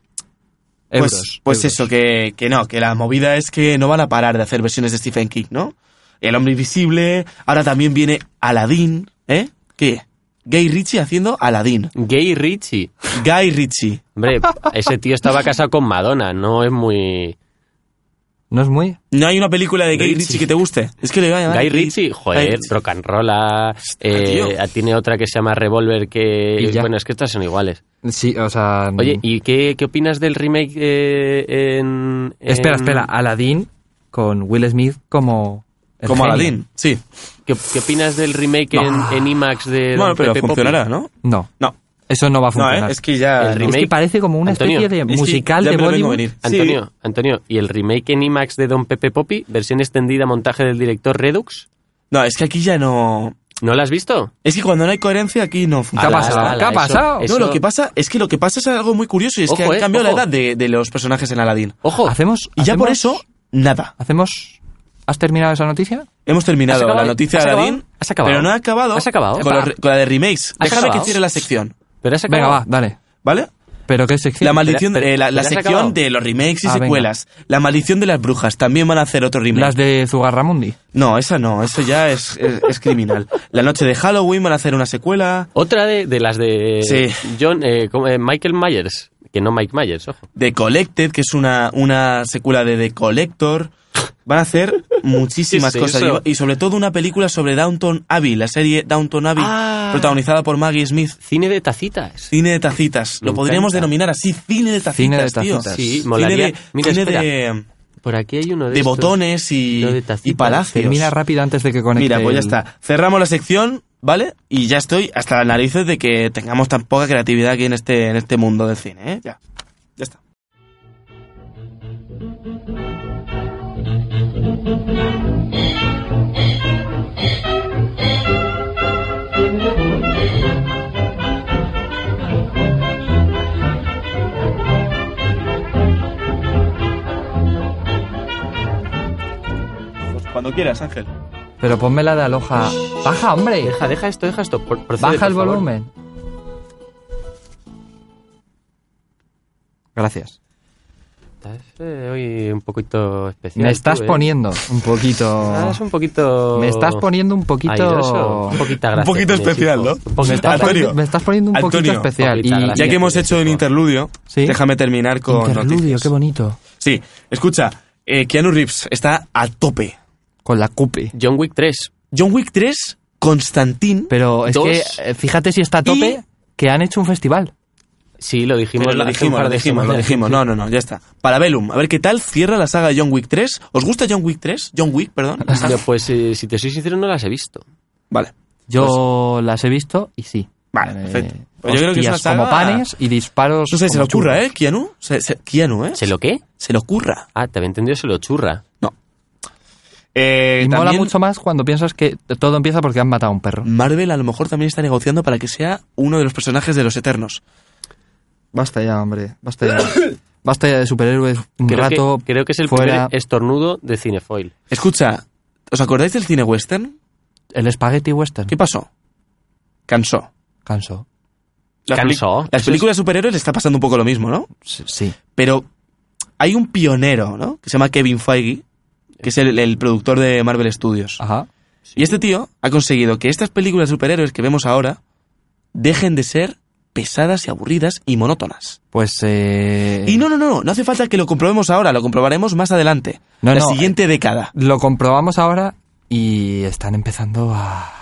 S1: Euros.
S2: Pues, pues
S1: euros.
S2: eso, que, que no, que la movida es que no van a parar de hacer versiones de Stephen King, ¿no? El hombre invisible, ahora también viene Aladdin, ¿eh? ¿Qué? Gay Ritchie haciendo Aladdin.
S3: Gay Ritchie.
S2: Guy Ritchie.
S1: <laughs>
S3: Hombre, ese tío estaba casado con Madonna. No es muy.
S1: ¿No es muy?
S2: ¿No hay una película de Gay
S3: Ritchie.
S2: Ritchie, que te guste? Es que le voy a llamar
S3: Guy Ritchie,
S2: Guy
S3: joder,
S2: Ritchie.
S3: rock and roll. eh,
S2: tío.
S3: tiene otra que se llama Revolver que.
S1: Y ya. Mm.
S3: Bueno, es que estas son iguales.
S1: Sí, o sea.
S3: Oye, ¿y qué, qué opinas del remake eh, en, en-
S1: espera,
S2: em,
S1: espera. Aladdin con Will Smith como. el
S2: Como
S1: genio.
S2: Aladdin, sí.
S3: ¿Qué, qué opinas del remake
S1: Ah.
S3: en, en IMAX de Don
S2: Bueno, pero
S3: Pepe Poppy?
S2: funcionará, ¿no?
S1: No,
S2: No,
S1: eso no va a
S2: no,
S1: funcionar.
S2: ¿eh? es que ya...
S3: El
S1: Es
S3: remake.
S1: que parece como una
S3: Antonio,
S1: especie de
S2: es que
S1: musical
S2: ya
S1: de
S2: me lo vengo a
S1: Bollywood.
S2: venir. Sí.
S3: Antonio, Antonio, ¿y el remake en IMAX de Don Pepe Poppy, versión extendida, montaje del director Redux?
S2: No, es que aquí ya no...
S3: ¿No la has visto?
S2: Es que cuando no hay coherencia aquí no
S1: ¿Qué ha
S2: funciona.
S3: Ala,
S1: pasado?
S3: ala,
S1: ¿Qué ha
S3: eso-
S1: pasado?
S3: eso-
S2: No, lo que pasa es que lo que pasa es algo muy curioso y es que
S3: Ojo,
S2: han
S3: eh,
S2: cambiado la
S3: ojo.
S2: edad de, de los personajes en Aladdin.
S3: Ojo,
S1: Hacemos.
S2: Y ya por
S1: hacemos-
S2: eso, nada.
S1: Hacemos. ¿Has terminado esa noticia?
S2: Hemos terminado
S3: ¿Has acabado?
S2: la noticia
S3: ¿Has
S2: de
S3: acabado?
S2: Aladdin,
S3: ¿Has acabado?
S2: pero no ha acabado,
S3: ¿Has acabado?
S2: Con,
S3: Va.
S2: los re- con la de remakes.
S3: ¿Has
S2: Déjame
S3: acabado?
S2: que cierre la sección,
S3: pero has
S1: Venga,
S3: acabado.
S1: va, dale.
S2: ¿vale?
S1: ¿Pero qué sección?
S2: La maldición,
S3: pero-
S2: eh, la, la
S3: pero has acabado.
S2: sección de los remakes y
S1: Ah, venga.
S2: secuelas. La maldición de las brujas, también van a hacer otro remake.
S1: Las de Zugarramundi.
S2: No, esa no, eso ya es, es- es criminal. La noche de Halloween van a hacer una secuela
S3: Otra de, de las de
S2: Sí.
S3: John, eh, ¿cómo, eh, Michael Myers, que no Mike Myers, ojo.
S2: de Collected, que es una, una secuela de The Collector. Van a hacer muchísimas
S3: <laughs> ¿Qué es
S2: cosas.
S3: eso?
S2: Y, y sobre todo una película sobre Downton Abbey, la serie Downton Abbey,
S3: Ah.
S2: protagonizada por Maggie Smith.
S3: Cine de tacitas.
S2: Cine de tacitas.
S3: Me
S2: Lo podríamos
S3: encanta.
S2: denominar así, cine de tacitas,
S1: Cine de
S2: tío.
S1: tacitas.
S3: Sí, molaría.
S2: Cine de,
S3: Mira,
S2: cine
S3: espera.
S2: de-
S3: Por aquí hay uno de,
S2: de
S3: estos.
S2: botones y,
S3: Lo de tacita.
S2: y palacios.
S1: Termina rápido antes de que conecte.
S2: Mira, pues ya
S1: el-
S2: está. Cerramos la sección, ¿vale? Y ya estoy hasta las narices de que tengamos tan poca creatividad aquí en este, en este mundo del cine, ¿eh? Ya. Ya está. Pues Cuando quieras, Ángel.
S1: Pero ponme la de aloja. Baja, hombre.
S3: Deja, deja esto, deja esto. Por- procede,
S1: Baja el
S3: por favor.
S1: volumen. Gracias.
S3: Estás eh, hoy un poquito especial.
S1: Me estás
S3: tú, eh.
S1: poniendo un poquito.
S3: Estás un poquito...
S1: Me estás poniendo un poquito.
S3: Airoso, Un poquito,
S2: Un poquito especial, ¿no?
S3: Un poquito
S1: Me estás
S2: Antonio.
S1: poniendo- me estás poniendo un poquito
S2: Antonio.
S1: especial.
S3: Poquita gracia.
S1: Y,
S2: Ya que hemos hecho un interludio,
S1: Sí.
S2: déjame terminar con
S1: Interludio,
S2: noticias.
S1: qué bonito.
S2: Sí, escucha, eh, Keanu Reeves está a tope.
S1: Con la cupe.
S3: John Wick 3.
S2: John Wick 3, Constantín.
S1: Pero es
S3: Dos.
S1: que eh, fíjate si está a tope que han hecho un festival.
S3: Sí, lo dijimos.
S2: Pero lo
S3: hace un
S2: dijimos,
S3: par
S2: lo
S3: de
S2: dijimos, lo
S3: semanas.
S2: dijimos. No, no, no, ya está. Para Bellum, a ver qué tal cierra la saga John Wick 3. ¿Os gusta John Wick 3? John Wick, perdón.
S3: Ya, Pues eh, si te soy sincero, no las he visto.
S2: Vale.
S1: Yo las he visto y sí.
S2: Vale,
S1: Eh,
S2: perfecto. Pues yo creo que es
S1: hostias
S2: una saga-
S1: como panes y disparos.
S2: No sé, se
S1: como
S2: le ocurra,
S1: churros.
S2: ¿eh? Keanu. Se, se- Keanu, ¿eh?
S3: ¿Se lo qué?
S2: Se le ocurra.
S3: Ah, te había entendido, se lo churra.
S2: No. Eh,
S1: Y mola
S2: también
S1: mucho más cuando piensas que todo empieza porque han matado a un perro.
S2: Marvel a lo mejor también está negociando para que sea uno de los personajes de los Eternos.
S1: Basta ya, hombre. Basta
S2: <coughs>
S1: ya. Basta ya de superhéroes. Un
S3: Creo,
S1: rato
S3: que, creo que es el
S1: fuera.
S3: primer estornudo de Cinefoil.
S2: Escucha, ¿os acordáis del cine western?
S1: El espagueti western.
S2: ¿Qué pasó? Cansó.
S1: Cansó.
S2: Las peli-
S3: Cansó.
S2: Las
S3: Eso
S2: películas de superhéroes le está pasando un poco lo mismo, ¿no?
S1: S- Sí.
S2: Pero hay un pionero, ¿no? Que se llama Kevin Feige, que es el, el productor de Marvel Studios.
S1: Ajá.
S2: Y este tío ha conseguido que estas películas de superhéroes que vemos ahora dejen de ser pesadas y aburridas y monótonas.
S1: Pues. Eh...
S2: Y no, no, no, no, no hace falta que lo comprobemos ahora, lo comprobaremos más adelante,
S1: No, eh.
S2: la
S1: no,
S2: siguiente década.
S1: Lo comprobamos ahora y están empezando a.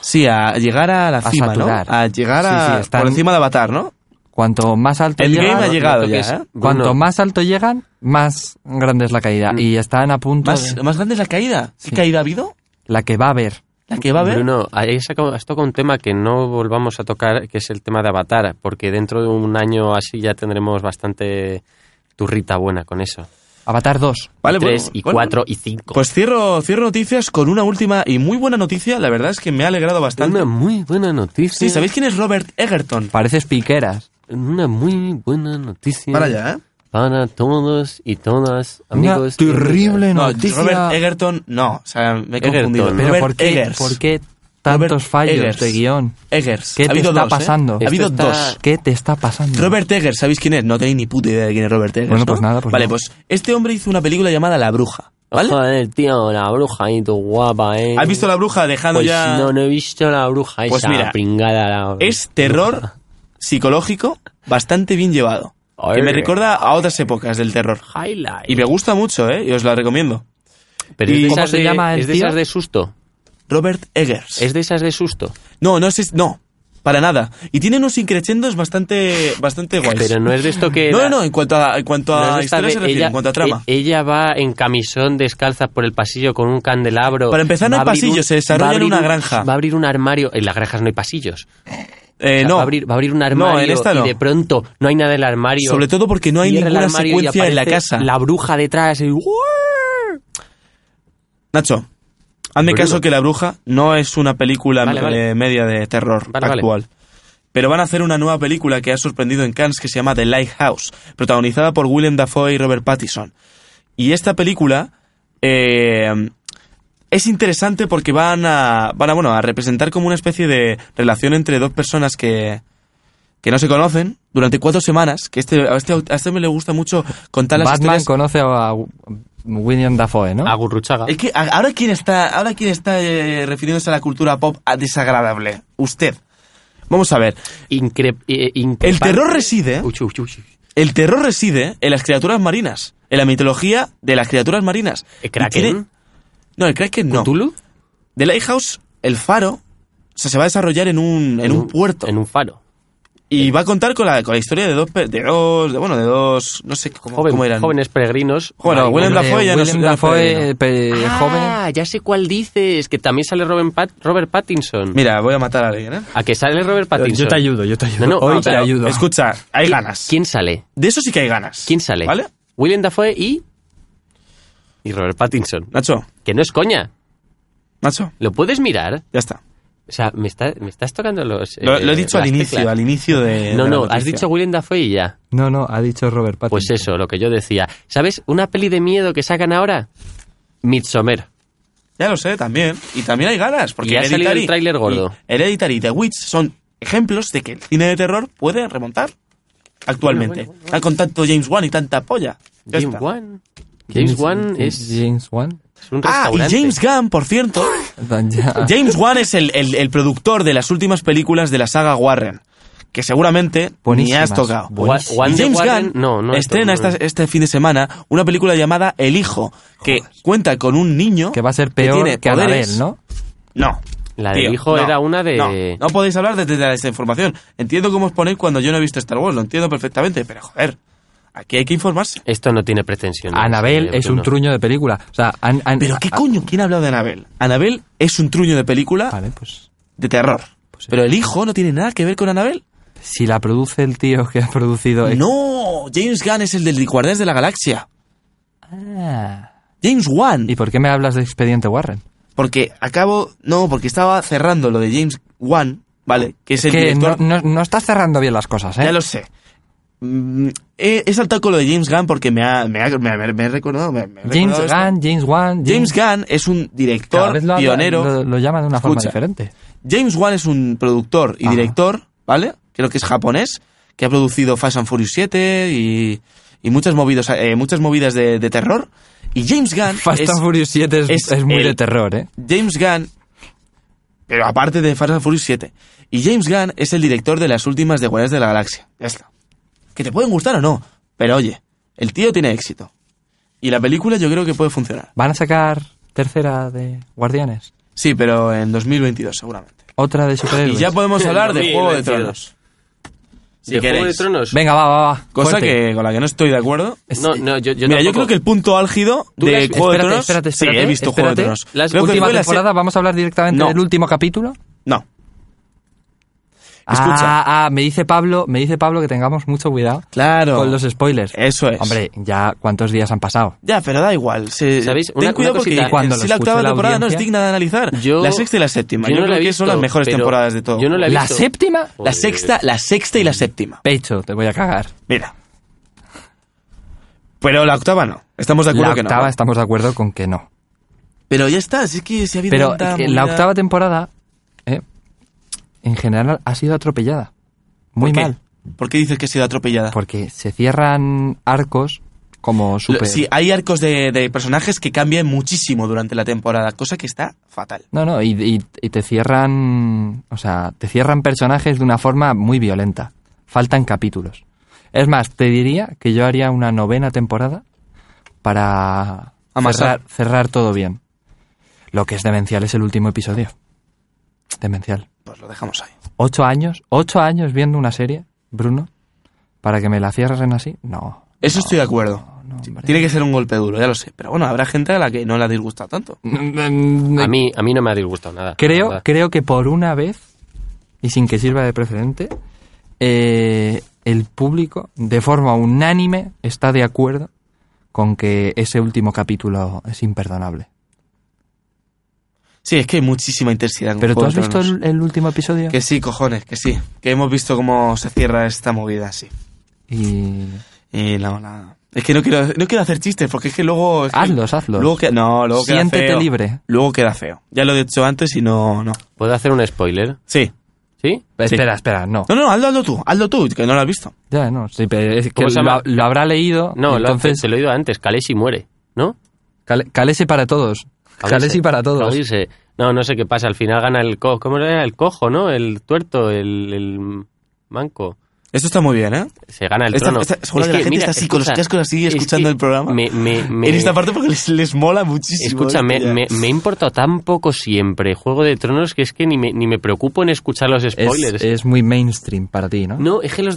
S2: Sí, a llegar a la
S1: A
S2: cima,
S1: saturar.
S2: ¿no? A llegar
S1: Sí,
S2: a
S1: sí, están-
S2: por encima de Avatar, ¿no?
S1: Cuanto más alto
S2: El
S1: llegan.
S2: game ha llegado
S3: no
S2: ya,
S3: toques.
S2: ¿eh?
S1: Cuanto
S3: Bruno.
S1: más alto llegan, más grande es la caída.
S3: Mm.
S1: Y están a punto.
S2: Más, um,
S1: de-
S2: más grande es la caída. ¿Qué
S1: Sí.
S2: caída ha habido?
S1: La que va a haber.
S2: La que va a haber.
S3: Bruno, ahí has sacado- has tocado un tema que no volvamos a tocar, que es el tema de Avatar, porque dentro de un año así ya tendremos bastante turrita buena con eso.
S1: Avatar 2.
S2: Vale,
S3: y tres,
S2: bueno,
S3: y
S2: bueno.
S3: cuatro, y cinco.
S2: Pues cierro, cierro noticias con una última y muy buena noticia. La verdad es que me ha alegrado bastante.
S3: una muy buena noticia.
S2: Sí, ¿sabéis quién es Robert Egerton?
S1: Pareces piqueras.
S3: Una muy buena noticia.
S2: allá, ¿eh?
S3: Para todos y todas, amigos.
S1: Una terrible
S2: No,
S1: noticia.
S2: Robert Egerton, no. O sea, me he
S3: Egerton.
S2: confundido.
S3: Pero
S1: Pero
S2: Robert
S1: ¿por qué,
S2: Eggers.
S1: por qué tantos
S2: Robert
S1: fallos
S2: Eggers.
S1: de guión?
S2: Eggers.
S1: ¿Qué
S2: Ha
S1: te
S2: habido
S1: está
S2: dos, ¿eh?
S1: pasando?
S2: Ha
S1: Esto
S2: habido
S3: está-
S2: dos.
S1: ¿Qué te está pasando?
S2: Robert Eggers, ¿sabéis quién es? No tenéis ni puta idea de quién es Robert Eggers.
S1: Bueno, pues
S2: ¿no?
S1: nada, pues
S2: Vale,
S1: no.
S2: pues este hombre hizo una película llamada La Bruja. ¿Vale?
S3: Joder, tío, la bruja ahí, tu guapa, eh.
S2: ¿Has visto La Bruja dejando
S3: Pues
S2: ya...?
S3: No, no he visto la bruja
S2: Pues
S3: esa
S2: mira,
S3: pringada. La...
S2: Es terror psicológico bastante bien llevado. Que me
S3: Arre.
S2: recuerda a otras épocas del terror.
S3: Highlight.
S2: Y me gusta mucho, ¿eh? Y os la recomiendo.
S3: Pero
S2: ¿Y
S3: es de
S2: cómo
S3: esas
S1: se
S3: de-
S1: llama el
S3: es de
S1: tío?
S3: esas de susto.
S2: Robert Eggers.
S3: Es de esas de susto.
S2: No, no es... No, para nada. Y tiene unos increchendos bastante, bastante guays.
S3: Pero no es de esto que.
S2: Pues no,
S3: la-
S2: no, no, en cuanto a, en cuanto
S3: no es
S2: a
S3: de esta
S2: historia
S3: de
S2: se refiere, en cuanto a trama.
S3: e- Ella va en camisón descalza por el pasillo con un candelabro.
S2: Para empezar, no
S3: Va
S2: hay
S3: a abrir
S2: pasillo, se desarrolla
S3: va a
S2: en
S3: abrir
S2: una
S3: un-
S2: granja.
S3: Va a abrir un armario. En las granjas no hay pasillos.
S2: Eh,
S3: O sea,
S2: no,
S3: va, a abrir, va a abrir un armario
S2: no, en esta no.
S3: y de pronto no hay nada en el armario.
S2: Sobre todo porque no hay
S3: Cierra el
S2: ninguna
S3: armario y
S2: secuencia en la
S3: aparece
S2: casa.
S3: La bruja detrás. y- uh,
S2: Nacho, hazme
S3: Bruno.
S2: caso que La Bruja no es una película
S3: Vale,
S2: eh,
S3: vale.
S2: media de terror
S3: Vale, vale.
S2: actual. Pero van a hacer una nueva película que ha sorprendido en Cannes que se llama The Lighthouse, protagonizada por William Dafoe y Robert Pattinson. Y esta película eh, es interesante porque van a, van a, bueno, a representar como una especie de relación entre dos personas que, que no se conocen durante cuatro semanas. Que este, a, este, a este me le gusta mucho contar las
S1: Batman
S2: historias.
S1: conoce a William Dafoe, ¿no?
S3: Agurruchaga.
S2: Ah. Es que a- ahora quién está, ahora quién está eh, refiriéndose a la cultura pop a desagradable. Usted. Vamos a ver.
S3: Incre- eh, increpante.
S2: El terror reside.
S3: Uy, uy, uy, uy.
S2: El terror reside en las criaturas marinas. En la mitología de las criaturas marinas.
S3: ¿El
S2: Y tiene-
S3: Kraken?
S2: no, el Kraken no.
S3: ¿Cthulhu?
S2: The Lighthouse, el faro, o sea, se va a desarrollar en un, en un puerto.
S3: En un faro.
S2: Y va a contar con la, con la historia de dos, pe- de dos, de, bueno, de dos, no sé cómo,
S3: Joven-
S2: cómo eran.
S3: Jóvenes peregrinos.
S2: Bueno, Willem
S1: Eh,
S2: Dafoe ya no es
S1: Willem
S2: un
S1: Dafoe, eh,
S2: peregrino.
S1: pe- joven.
S3: Ah, ya sé cuál dices, que también sale Robin Pat- Robert Pattinson.
S2: Mira, voy a matar a alguien, ¿eh?
S3: A que sale Robert Pattinson.
S4: Yo te ayudo, yo te
S3: No,
S4: ayudo.
S3: no,
S4: Hoy
S3: no,
S4: te
S3: pero-
S4: ayudo.
S2: Escucha, hay
S3: ¿Qui-
S2: ganas.
S3: ¿Quién sale?
S2: De eso sí que hay ganas.
S3: ¿Quién sale?
S2: ¿Vale?
S3: William Dafoe y... Y Robert Pattinson.
S2: Nacho,
S3: Que no es coña.
S2: Nacho,
S3: ¿Lo puedes mirar?
S2: ya está.
S3: O sea, me, está- me estás tocando los...
S2: Lo,
S3: eh,
S2: lo he dicho al
S3: las
S2: inicio,
S3: teclas.
S2: al inicio de.
S3: No,
S2: de la
S3: no, has
S2: noticia.
S3: dicho William Dafoe y ya.
S1: No, no, ha dicho Robert Pattinson.
S3: Pues eso, lo que yo decía. ¿Sabes una peli de miedo que sacan ahora? Midsommar.
S2: Ya lo sé, también. Y también hay ganas, porque
S3: Y ha salido
S2: Hereditary
S3: el tráiler gordo.
S2: y Hereditary y The Witch son ejemplos de que el cine de terror puede remontar actualmente.
S3: Bueno, bueno,
S2: Ah, Con tanto James Wan y tanta polla. Ya
S3: James
S2: está.
S3: Wan. James Wan es,
S1: James Wan.
S3: es un
S2: Ah, y
S3: restaurante. Ah.
S2: James Gunn, por cierto.
S1: Ya.
S2: <laughs> James Wan es el, el- el productor de las últimas películas de la saga Warren, que seguramente ni
S1: Buenísimas.
S2: has tocado.
S3: Wa- Wan
S2: Y
S3: de
S2: James
S3: Warren,
S2: Gunn
S3: no, no,
S2: estrena
S3: esto no.
S2: esta- este fin de semana una película llamada El Hijo, que cuenta con un niño
S1: Que va a ser peor
S2: tiene
S1: que,
S2: poderes.
S1: Anabel, ¿no?
S2: No.
S3: La del
S2: Tío,
S3: hijo
S2: no,
S3: era una de...
S2: No, no podéis hablar de, de- de esta información. Entiendo cómo os ponéis cuando yo no he visto Star Wars, lo entiendo perfectamente, pero joder, aquí hay que informarse.
S3: Esto no tiene pretensión.
S1: Anabel es un truño de película. O sea, an- an-
S2: Pero qué
S1: a-
S2: coño, ¿quién ha hablado de Anabel? Anabel es un truño de película
S1: Vale, pues
S2: de terror.
S1: sí.
S2: Pero el hijo no tiene nada que ver con Anabel.
S1: si la produce el tío que ha producido...
S2: No, James Gunn es el del Guardianes de la Galaxia.
S1: Ah.
S2: James Wan.
S1: ¿Y por qué me hablas de Expediente Warren?
S2: Porque acabo. No, porque estaba cerrando lo de James Wan, ¿vale? Que es el
S1: que no,
S2: director.
S1: no, no estás cerrando bien las cosas, ¿eh?
S2: Ya lo sé. Mm, He, he saltado con lo de James Gunn porque me ha, me ha- me ha- me he recordado. me- me he
S1: James
S2: recordado esto.
S1: Gunn, James Wan...
S2: James Gunn es un
S1: Cada
S2: director
S1: vez lo,
S2: pionero.
S1: Lo, lo llama de una forma
S2: Escucha.
S1: diferente.
S2: James Wan es un productor y
S1: Ajá.
S2: director, ¿vale? Creo que es japonés, que ha producido Fast and Furious 7 y, y muchas, movidos, eh, muchas movidas de, de terror. Y James Gunn
S1: Fast
S2: es,
S1: and Furious 7 es,
S2: es
S1: es muy
S2: el-
S1: de terror, ¿eh?
S2: James Gunn, pero aparte de Fast and Furious 7. Y James Gunn es el director de las últimas de Guardianes de la Galaxia. Ya está. Que te pueden gustar o no, pero oye, el tío tiene éxito. Y la película yo creo que puede funcionar.
S1: Van a sacar tercera de Guardianes.
S2: Sí, pero en 2022 seguramente.
S1: Otra de
S2: Y
S1: superhéroes.
S2: ya podemos hablar de Juego de
S3: 2022.
S2: Tronos. Si
S3: ¿De Juego de
S2: queréis.
S3: Tronos?
S1: Venga, va, va, va.
S2: Cosa
S1: Fuerte.
S2: que con la que no estoy de acuerdo.
S3: No, no, yo, yo
S2: Mira, yo
S3: tampoco.
S2: creo que el punto álgido
S1: ¿Tú la
S2: de
S1: has-
S2: Juego de
S1: espérate,
S2: Tronos.
S1: espérate,
S2: sí,
S1: espérate,
S2: he visto Juego de
S1: espérate.
S2: Tronos.
S3: Las
S2: Creo que
S1: Última
S2: fue la se-
S1: temporada, vamos a hablar directamente
S2: No.
S1: del último capítulo.
S2: No. Escucha.
S1: Ah, ah, me dice Pablo, me dice Pablo que tengamos mucho cuidado
S2: Claro.
S1: con los spoilers.
S2: Eso es.
S1: Hombre, ya cuántos días han pasado.
S2: Ya, pero da igual. se-
S3: ¿Sabéis? Una-
S2: Ten cuidado
S3: una
S2: porque
S3: cosita.
S1: Cuando
S2: si
S1: lo
S2: la octava
S1: escuche la
S2: temporada no es
S1: audiencia-
S2: digna de analizar.
S3: Yo-
S2: la sexta y la séptima.
S3: yo
S2: Yo,
S3: no la
S2: creo
S3: he
S2: que son las
S3: visto,
S2: mejores
S3: pero
S2: temporadas de todo.
S3: yo no la he
S1: ¿La
S3: visto.
S1: séptima?
S2: La sexta, la sexta y la séptima.
S1: Pecho, te voy a cagar.
S2: Mira. Pero la octava no. Estamos de acuerdo
S1: La
S2: que no.
S1: octava
S2: ¿no?
S1: estamos de acuerdo con que no.
S2: Pero ya está, si es que se ha habido
S1: Pero
S2: tanta
S1: eh, la
S2: movida-
S1: octava temporada, eh, en general, ha sido atropellada. Muy
S2: ¿Por qué?
S1: mal.
S2: ¿Por qué dices que ha sido atropellada?
S1: Porque se cierran arcos como
S2: Lo-
S1: super...
S2: Sí, hay arcos de, de personajes que cambian muchísimo durante la temporada, cosa que está fatal.
S1: No, no, y, y- y te cierran. O sea, te cierran personajes de una forma muy violenta. Faltan capítulos. Es más, te diría que yo haría una novena temporada para
S2: Amasar.
S1: cerrar, cerrar todo bien. Lo que es demencial es el último episodio. Demencial.
S2: Pues lo dejamos ahí.
S1: Ocho años, ocho años viendo una serie, Bruno, para que me la cierren así. No.
S2: Eso estoy de acuerdo.
S1: no, hombre.
S2: Tiene que ser un golpe duro, ya lo sé. Pero bueno, habrá gente a la que no la disgusta tanto.
S3: A mí, a mí no me ha disgustado nada. la
S1: Creo,
S3: verdad.
S1: creo que por una vez, y sin que sirva de precedente, eh, el público, de forma unánime, está de acuerdo con que ese último capítulo es imperdonable.
S2: Sí, es que hay muchísima intensidad. en
S1: ¿Pero tú
S2: Juego
S1: has
S2: de
S1: visto
S2: Tronos.
S1: el, el último episodio?
S2: Que sí, cojones, que sí. Que hemos visto cómo se cierra esta movida, sí.
S1: Y...
S2: Y la, la- Es que no quiero, no quiero hacer chistes, porque es que luego... es que-
S1: Hazlos, hazlos.
S2: Luego que, no, luego queda
S1: Siéntete
S2: feo.
S1: libre.
S2: Luego queda feo. Ya lo he dicho antes y no... no.
S3: ¿Puedo hacer un spoiler?
S2: Sí.
S3: ¿Sí?
S1: Espera, espera, no.
S2: No, no, hazlo, hazlo tú. Hazlo tú, que no lo has visto.
S1: Ya, no. sí, pero es que
S3: ¿Cómo se llama?
S1: lo, lo habrá leído.
S3: No, lo-
S1: entonces.
S3: se lo he oído antes. Khaleesi muere, ¿no?
S1: Cal- Calesi para todos. Calesi para todos.
S3: Calesi. No, no sé qué pasa. Al final gana el cojo. ¿Cómo era? El cojo, ¿no? El tuerto, el, el manco.
S2: Esto está muy bien, ¿eh?
S3: Se gana el
S2: Esta-
S3: trono.
S2: esta- seguro que la gente está así, con los cascos así,
S3: es que
S2: escuchando el programa. <laughs>
S3: Me, me- me-
S2: En esta parte porque les, les mola muchísimo.
S3: Escucha, me,
S2: Hostia.
S3: me, me ha importado tan poco siempre Juego de Tronos que es que ni me, ni me preocupo en escuchar los spoilers.
S2: eh,
S1: Es, es muy mainstream para ti, ¿no?
S3: No, es que los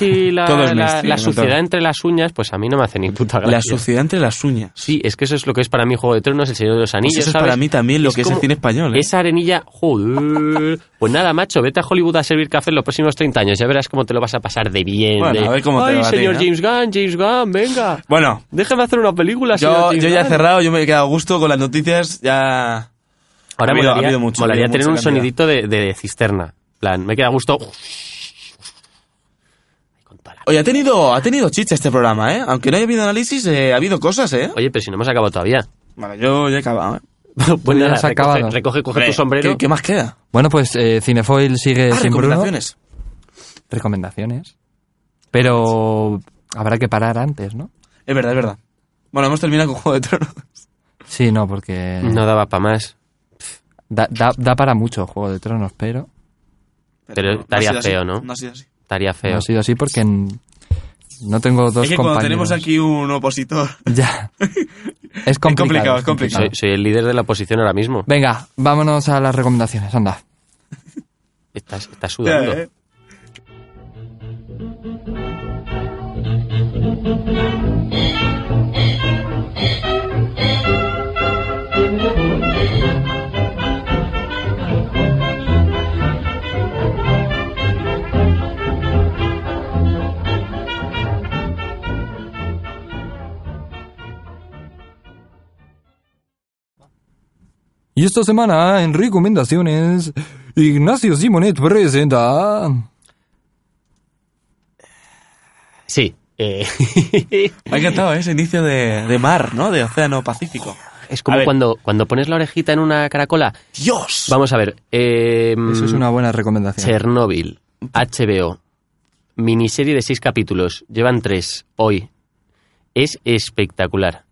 S2: <laughs>
S3: y la,
S2: Todo es
S3: la-
S2: mainstream,
S3: la
S2: ¿no?
S3: suciedad
S2: Todo.
S3: entre las uñas, pues a mí no me hace ni puta gracia.
S2: La suciedad entre las uñas.
S3: Sí, es que eso es lo que es para mí Juego de Tronos, El Señor de los Anillos,
S2: Pues eso es
S3: ¿sabes?
S2: para mí también lo que es el
S3: como
S2: cine español, ¿eh?
S3: Esa arenilla, joder. Pues nada, macho, vete a Hollywood a servir café en los próximos 30 años, ya verás cómo te lo vas a pasar de bien.
S2: Bueno,
S3: de,
S2: a ver cómo te
S3: Ay,
S2: va a ti,
S3: señor
S2: ¿no?
S3: James Gunn, James Gunn, venga.
S2: Bueno,
S3: Déjame hacer una película, señor
S2: yo,
S3: James
S2: yo ya he
S3: Gunn".
S2: cerrado, yo me he quedado a gusto con las noticias, ya... Ha
S3: Ahora
S2: habido- ha
S3: molaría,
S2: habido mucho, ha
S3: molaría
S2: habido
S3: tener
S2: mucha
S3: un
S2: cantidad.
S3: sonidito de, de cisterna. En plan, me queda gusto. Con toda la-
S2: Oye, ha tenido, ha tenido chicha este programa, ¿eh? Aunque no haya habido análisis, eh, ha habido cosas, ¿eh?
S3: Oye, pero si no hemos acabado todavía.
S2: Bueno, yo ya he acabado, ¿eh?
S3: Pues
S1: ya
S3: nada,
S1: has
S3: recoge,
S1: acabado.
S3: recoge, coge tu
S2: Hombre,
S3: sombrero.
S2: ¿Qué, qué más queda?
S1: Bueno, pues eh, Cinefoil sigue
S2: Ah,
S1: sin Bruno.
S2: recomendaciones.
S1: Recomendaciones. Pero habrá que parar antes, ¿no?
S2: Es verdad, es verdad. Bueno, hemos terminado con Juego de Tronos.
S1: Sí, no, porque
S3: No daba para más.
S1: da, da- da para mucho Juego de Tronos, pero
S3: Pero estaría
S2: ha sido así,
S3: feo, ¿no?
S2: No ha sido así.
S3: Estaría feo.
S1: no ha sido así porque en- no tengo dos
S2: Es que cuando
S1: compañeros.
S2: tenemos aquí un opositor...
S1: Ya.
S2: <laughs>
S1: Es complicado.
S2: complicado, es complicado.
S3: soy, soy el líder de la oposición ahora mismo.
S1: Venga, vámonos a las recomendaciones, anda.
S3: Estás, estás sudando.
S2: Ya, ¿eh?
S1: Y esta semana en recomendaciones, Ignacio Simonet presenta.
S3: Sí. eh, <laughs>
S2: Me <laughs> ha encantado ¿eh? ese inicio de, de mar, ¿no? De Océano Pacífico.
S3: es
S2: A
S3: como
S2: ver.
S3: cuando, cuando pones la orejita en una caracola.
S2: ¡Dios!
S3: Vamos a ver. eh,
S1: Eso es una buena recomendación.
S3: Chernobyl, HBO, miniserie de seis capítulos, llevan tres hoy. Es espectacular,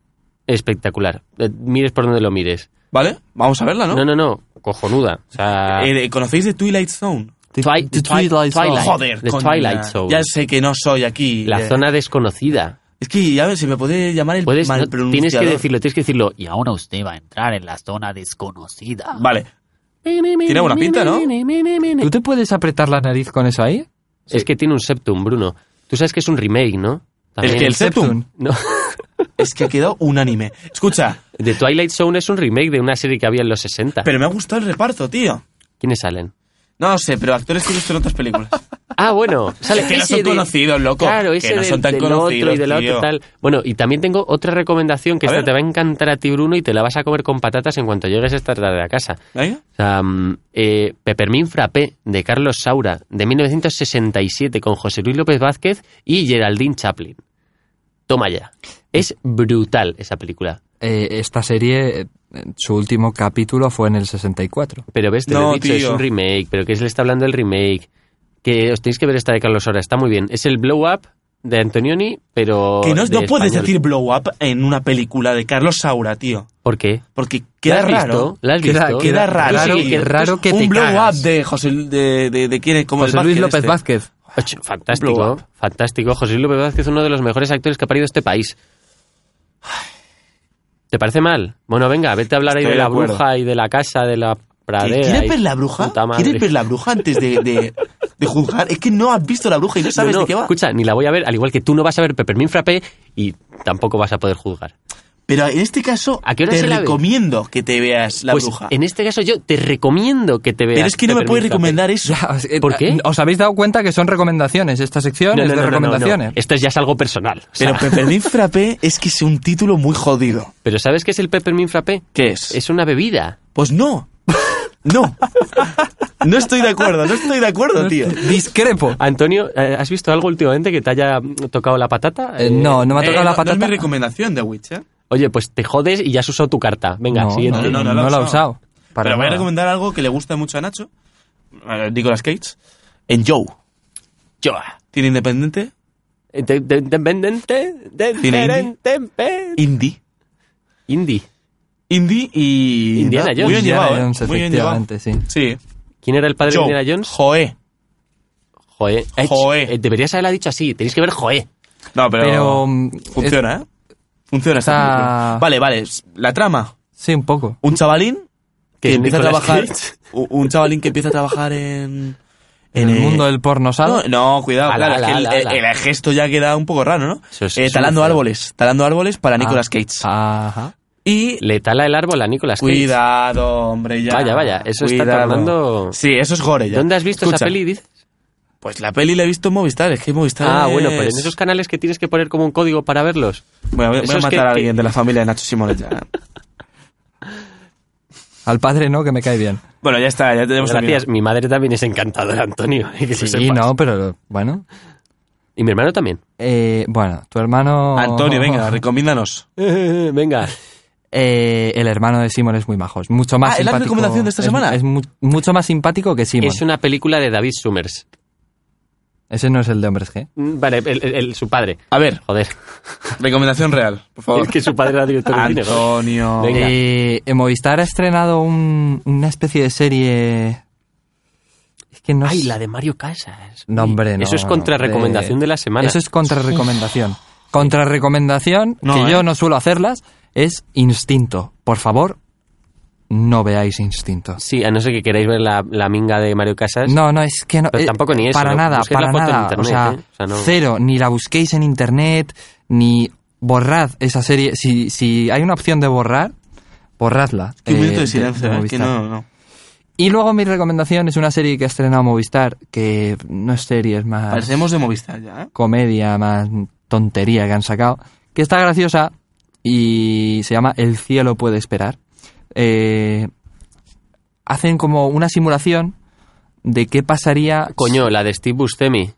S3: espectacular. Eh, mires por donde lo mires.
S2: ¿Vale? Vamos a verla, ¿no?
S3: No, no, no, cojonuda. O sea,
S2: Eh, ¿Conocéis The Twilight Zone?
S3: Twi-
S1: The
S3: Twi-
S1: Twilight Zone.
S3: Twilight.
S2: Joder,
S3: The
S2: con-
S3: Twilight Zone.
S2: Ya sé que no soy aquí.
S3: la
S2: eh.
S3: zona desconocida.
S2: Es que, ya ver, se me puede llamar el
S3: Puedes, no,
S2: malpronunciador.
S3: tienes que decirlo, tienes que decirlo.
S4: Y ahora usted va a entrar en la zona desconocida.
S2: Vale. Tiene buena pinta, ¿no?
S1: ¿Tú te puedes apretar la nariz con eso ahí?
S3: Es que tiene un septum, Bruno. Tú sabes que es un remake, ¿no?
S2: Es que el Septum.
S3: No.
S2: Es que ha quedado unánime. Escucha,
S3: The Twilight Zone es un remake de una serie que había en los 60.
S2: pero me ha gustado el reparto, tío.
S3: ¿Quiénes salen?
S2: No sé, pero actores que he visto en otras películas. <laughs>
S3: Ah, bueno, sale
S2: que no
S3: ese
S2: son
S3: de-
S2: conocidos, loco.
S3: Claro,
S2: Que
S3: ese
S2: no
S3: del-
S2: son tan
S3: del otro
S2: conocidos,
S3: y del otro
S2: tío.
S3: tal. Bueno, y también tengo otra recomendación que
S2: A
S3: esta
S2: ver.
S3: te va a encantar a ti, Bruno, y te la vas a comer con patatas en cuanto llegues esta tarde a casa.
S2: ¿Venga?
S3: O sea, mm, eh, Peppermint Frappé, de Carlos Saura, de 1967, con José Luis López Vázquez y Geraldine Chaplin. Toma ya. Es brutal esa película.
S1: Eh, esta serie, eh, su último capítulo fue en el 64.
S3: Pero ves, te lo
S2: No,
S3: he dicho, es
S2: tío.
S3: un remake. Pero que se le está hablando del remake. Que os tenéis que ver esta de Carlos Saura, está muy bien. Es el blow up de Antonioni, pero.
S2: Que no,
S3: de
S2: no puedes
S3: español.
S2: decir blow up en una película de Carlos Saura, tío.
S3: ¿Por qué?
S2: Porque
S3: ¿La
S2: queda
S3: has visto?
S2: raro.
S3: ¿La has
S2: Queda,
S3: visto?
S2: queda
S3: Yo
S2: raro.
S3: sí que-
S2: tío.
S1: raro que
S2: Un
S1: te
S2: blow
S1: cagas.
S2: up de José de, de, de quién es, como el
S1: José Luis
S2: Vázquez
S1: López
S2: este.
S1: Vázquez.
S3: Ocho,
S2: Blow
S3: fantástico,
S2: up.
S3: fantástico. José Luis López Vázquez es uno de los mejores actores que ha parido este país. ¿Te parece mal? Bueno, venga, vete a hablar ahí
S2: Estoy de
S3: de la
S2: acuerdo.
S3: bruja y de la casa, de la pradera.
S2: ¿Quieres
S3: y-
S2: ver la bruja?
S3: puta madre.
S2: ¿Quieres ver la bruja antes de, de, de juzgar? Es que no has visto la bruja y no sabes
S3: No, no,
S2: de qué va.
S3: Escucha, ni la voy a ver, al igual que tú no vas a ver Peppermint Frappé y tampoco vas a poder juzgar.
S2: Pero en este caso,
S3: ¿A qué hora
S2: te
S3: se la ve?
S2: recomiendo que te veas la
S3: pues
S2: bruja.
S3: en este caso yo te recomiendo que te veas.
S2: Pero es que no me
S3: Peppermint
S2: puedes
S3: Frappé.
S1: <laughs>
S2: recomendar eso. eh,
S3: ¿Por qué?
S1: ¿Os habéis dado cuenta que son recomendaciones? Esta sección
S3: No,
S1: es
S3: no,
S1: de
S3: no, no, no, no.
S1: recomendaciones.
S3: Esto ya es algo personal. o sea,
S2: Pero Peppermint Frappé es que es un título muy jodido.
S3: ¿Pero sabes qué es el Peppermint Frappé?
S2: ¿Qué es?
S3: Es una bebida.
S2: Pues no. No. No estoy de acuerdo, no estoy de acuerdo, <laughs> tío.
S1: Discrepo.
S3: Antonio, eh, ¿has visto algo últimamente que te haya mm, tocado la patata?
S1: Eh, no, no me ha tocado
S2: Eh,
S1: la
S2: no- No
S1: patata.
S2: es mi recomendación de Witch, ¿eh?
S3: Oye, pues te jodes y ya has usado tu carta. Venga,
S1: no,
S3: siguiente.
S1: no, no,
S2: la
S1: no
S2: he
S1: la he
S2: usado.
S1: usado. Para
S2: Pero voy a
S1: nada.
S2: recomendar algo que le gusta mucho a Nacho, a Nicolas Cage, en Joe.
S3: Yo.
S2: Tiene independiente,
S3: Eh, de- de- Independiente, de-
S2: Cine
S3: independiente.
S2: indie.
S3: Indie.
S2: Indie y...
S3: Indiana
S2: nada,
S3: Jones.
S2: Muy bien
S1: Indiana
S2: llevado, ¿eh?
S1: Jones,
S2: Muy bien llevado.
S1: efectivamente, sí.
S2: Sí.
S3: ¿Quién era el padre
S2: Joe.
S3: de Indiana Jones?
S2: Joe.
S3: Joe. Eh,
S2: Joe.
S3: eh, deberías haberla dicho así. Tenéis que ver Joe.
S2: No, pero.
S1: Pero, mm,
S2: funciona, ¿eh? Funciona esta
S1: está-
S2: película. Vale, vale. La trama.
S1: Sí, un poco.
S2: Un chavalín que
S3: es
S2: empieza a
S3: Nicolas
S2: trabajar.
S3: Cage.
S2: u- Un chavalín que empieza a trabajar en.
S1: En el
S2: eh,
S1: mundo del porno
S2: No,
S1: sal.
S2: no, cuidado,
S3: Ala,
S2: claro,
S3: ala,
S2: es que el,
S3: ala, ala.
S2: el- el gesto ya queda un poco raro, ¿no?
S3: Eso es-
S2: Eh,
S3: eso
S2: talando
S3: es feo.
S2: árboles, talando árboles
S3: Ah,
S2: para Nicolas Cage.
S1: Ajá.
S2: Y
S3: Le tala el árbol a Nicolas Cage.
S2: Cuidado, hombre, ya.
S3: Vaya, vaya, eso está
S2: Cuidado.
S3: tornando-
S2: Sí, eso es gore ya.
S3: ¿Dónde has visto
S2: Escucha,
S3: esa peli? dices?
S2: Pues la peli la he visto en Movistar, es que Movistar.
S3: Ah,
S2: es-
S3: bueno, pero en esos canales que tienes que poner como un código para verlos.
S2: Bueno, voy, voy
S3: eso
S2: a
S3: es
S2: matar
S3: que-
S2: a
S3: que-
S2: alguien de la familia de Nacho Simón
S3: <laughs>
S2: ya.
S1: Al padre no, que me cae bien.
S2: bueno, ya está, ya tenemos
S3: Gracias, mi madre también es encantadora, Antonio. que lo
S1: Sí,
S3: sepas.
S1: no, pero bueno.
S3: Y mi
S1: <laughs>
S3: hermano también.
S1: Eh, bueno, tu hermano...
S2: Antonio, venga, <laughs> recomiéndanos.
S3: Venga.
S1: Eh, el hermano de Simon es muy majo, es mucho más
S2: Ah, ¿es la
S1: simpático.
S2: recomendación de esta
S1: es-
S2: semana?
S1: Es, mu- mucho más simpático que Simon.
S3: Es una película de David Summers.
S1: Ese no es el de hombres G.
S3: Mm, Vale, el- el- el- su padre.
S2: A ver,
S3: Joder.
S2: recomendación real, por favor.
S3: Es que su padre era director de cine. joder.
S2: Antonio.
S3: Venga.
S1: Eh, en Movistar ha estrenado un- una especie de serie... Es que no
S3: Ay,
S1: sé-
S3: la de Mario Casas.
S1: No, hombre, no.
S3: Eso es contrarrecomendación de la semana.
S1: Eso es contrarrecomendación. Contrarrecomendación,
S2: No,
S1: que
S2: ¿eh?
S1: yo no suelo hacerlas, es instinto. Por favor, no veáis instinto.
S3: Sí, a no ser que queráis ver la, la minga de Mario Casas.
S1: No, no, es que no. eh,
S3: Pero tampoco ni eso,
S1: Para
S3: ¿no?
S1: nada,
S3: Busquéis la
S1: para
S3: foto en
S1: nada.
S3: internet,
S1: o sea,
S3: ¿eh? O sea, no-
S1: cero, ni la busquéis en internet, ni borrad esa serie. Si, si hay una opción de borrar, borradla.
S2: Que un
S1: eh,
S2: minuto de
S1: de-
S2: silencio,
S1: de
S2: eh, que
S1: Movistar.
S2: no, no.
S1: Y luego mi recomendación es una serie que ha estrenado Movistar, que no es serie, es más
S2: Parecemos de Movistar ya, ¿eh?
S1: comedia, más tontería que han sacado, que está graciosa y se llama El cielo puede esperar. Eh, hacen como una simulación de qué pasaría...
S3: Coño, la de Steve Buscemi.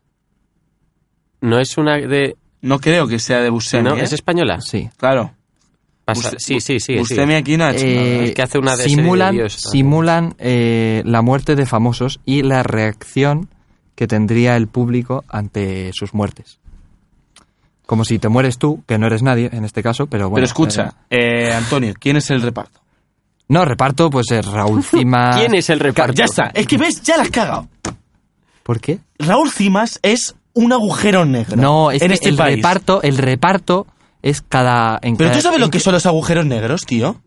S3: No es una de...
S2: No creo que sea de Buscemi,
S3: no,
S2: ¿eh?
S3: es española.
S1: Sí.
S2: Claro.
S3: Pasa-
S2: Bus-
S3: sí, sí, sí. sí.
S2: Buscemi aquí no ha hecho nada.
S1: Eh,
S3: Ah, es que hace una de serie de
S1: simulan
S3: Dios.
S1: simulan eh, la muerte de famosos y la reacción que tendría el público ante sus muertes. Como si te mueres tú, que no eres nadie en este caso, pero bueno.
S2: pero escucha,
S1: eh,
S2: eh, Antonio, ¿quién es el reparto?
S1: no, reparto, pues es
S3: <laughs>
S1: Raúl Cimas.
S3: ¿Quién es el reparto?
S2: Ya está, es que ves, ya la has cagado.
S1: ¿Por qué?
S2: Raúl Cimas es un agujero negro.
S1: No, es
S2: en
S1: que
S2: este
S1: el
S2: país.
S1: reparto, el reparto es cada. en
S2: Pero
S1: cada-
S2: tú sabes
S1: en
S2: lo Eh, que son los agujeros negros, tío.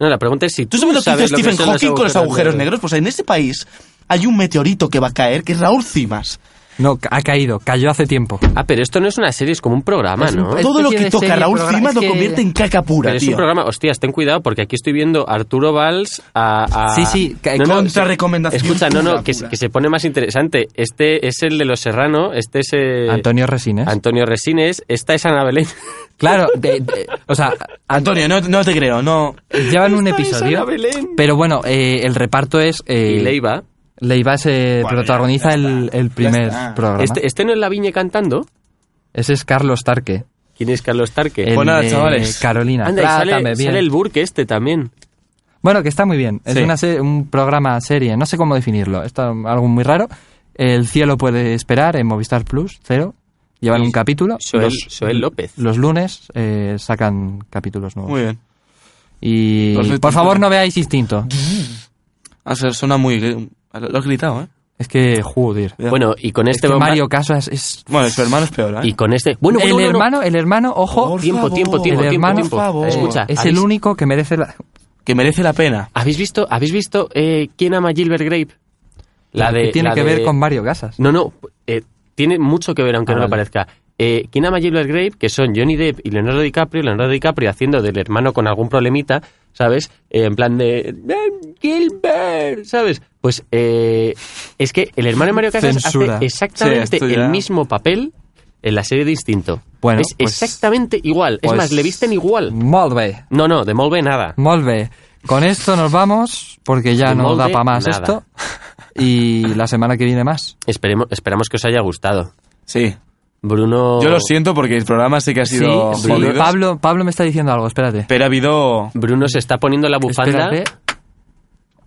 S3: No, la pregunta es si
S2: ¿Tú sabes lo que hizo Stephen
S3: son
S2: Hawking con los agujeros negros? Pues en este país hay un meteorito que va a caer, que es Raúl Cimas.
S1: No, ha caído, cayó hace tiempo.
S3: Ah, pero esto no es una serie, es como un programa,
S1: Es un-
S3: ¿no?
S1: es-
S2: Todo lo
S1: especie
S2: que
S1: de
S2: toca
S1: serie,
S2: Raúl
S1: programa,
S2: Cimas
S1: es
S2: lo
S1: que-
S2: convierte en caca pura,
S3: Pero es un
S2: tío.
S3: programa, hostias, ten cuidado porque aquí estoy viendo a Arturo Valls a, a-
S1: Sí, sí, que-
S2: contrarrecomendación
S3: Escucha, no,
S2: pura,
S3: no, que,
S2: pura.
S3: que se pone más interesante. Este es el de Los Serrano, este es eh,
S1: Antonio Resines.
S3: Antonio Resines, esta es Ana Belén.
S1: Claro, de- de- o sea,
S2: Antonio, no, no te creo, no.
S1: llevan un
S3: Esta <laughs> es Ana
S1: episodio.
S3: Belén.
S1: Pero bueno, eh, el reparto es. eh,
S3: Y Leiva.
S1: Leiva se
S2: Bueno,
S1: protagoniza
S2: ya, ya
S1: el,
S2: está,
S1: el
S2: ya
S1: primer
S2: está.
S1: programa.
S3: Este, este no es la viña cantando.
S1: Ese es Carlos Tarque.
S3: ¿Quién es Carlos Tarque?
S1: el
S2: Pues nada,
S1: de
S2: chavales.
S1: Carolina,
S3: Anda, y
S1: trátame
S3: sale,
S1: bien.
S3: sale el Burke este también.
S1: Bueno, que está muy bien. Es
S2: Sí.
S1: una se- un programa serie, no sé cómo definirlo. Está algo muy raro. El cielo puede esperar en Movistar Plus, cero. Llevan
S3: Y
S1: un capítulo.
S3: Soel,
S1: los,
S3: Soel López.
S1: los lunes eh, sacan capítulos nuevos.
S2: Muy bien.
S1: Y
S2: Perfecto.
S1: por favor no veáis Instinto.
S2: O sea, Ah, suena muy. Lo has gritado, ¿eh?
S1: Es que, joder.
S2: Cuidado.
S3: Bueno, y con
S1: Es
S3: este
S1: que
S3: bomba-
S1: Mario Casas es...
S2: Bueno, su hermano es peor, ¿eh?
S3: Y con este. Bueno,
S1: el
S3: bueno, bueno,
S1: hermano, el hermano, ojo,
S2: Por
S3: tiempo,
S2: favor.
S3: tiempo, tiempo,
S1: El
S3: tiempo,
S1: hermano,
S3: tiempo.
S2: por favor.
S3: Escucha,
S1: es
S3: ¿habéis,
S1: el único que merece la...
S2: Que merece la pena.
S3: ¿habéis visto, habéis visto eh, quién ama a Gilbert Grape? La de.
S1: que tiene
S3: la
S1: que
S3: de-
S1: ver con Mario Casas.
S3: No, no, eh, tiene mucho que ver, aunque
S1: Ah,
S3: no lo
S1: vale.
S3: parezca. Eh, ¿Quién ama a Gilbert Grape? Que son Johnny Depp y Leonardo DiCaprio. Leonardo DiCaprio haciendo del hermano con algún problemita, ¿sabes? Eh, en plan de. "Eh, Gilbert, ¿sabes? Pues eh, es que el hermano de Mario Casas
S1: Censura.
S3: hace
S2: Sí,
S3: exactamente
S2: esto ya-
S3: el mismo papel en la serie de Instinto.
S1: Bueno,
S3: es
S1: pues-
S3: exactamente igual. es
S1: Pues-
S3: más, le visten igual.
S1: Molt bé,
S3: No, no, de Molve nada.
S1: molt bé. Con esto nos vamos, porque ya
S3: De
S1: no da
S3: molde,
S1: para más
S3: nada.
S1: esto. Y la semana que viene más.
S3: Esperemos, esperamos que os haya gustado.
S2: Sí.
S3: Bruno.
S2: Yo lo siento porque el programa <laughs> sí que ha sido.
S1: sí,
S2: jodido,
S1: Pablo, Pablo me está diciendo algo, espérate.
S2: Pero ha habido.
S3: Bruno se está poniendo la bufanda.
S1: Espérate.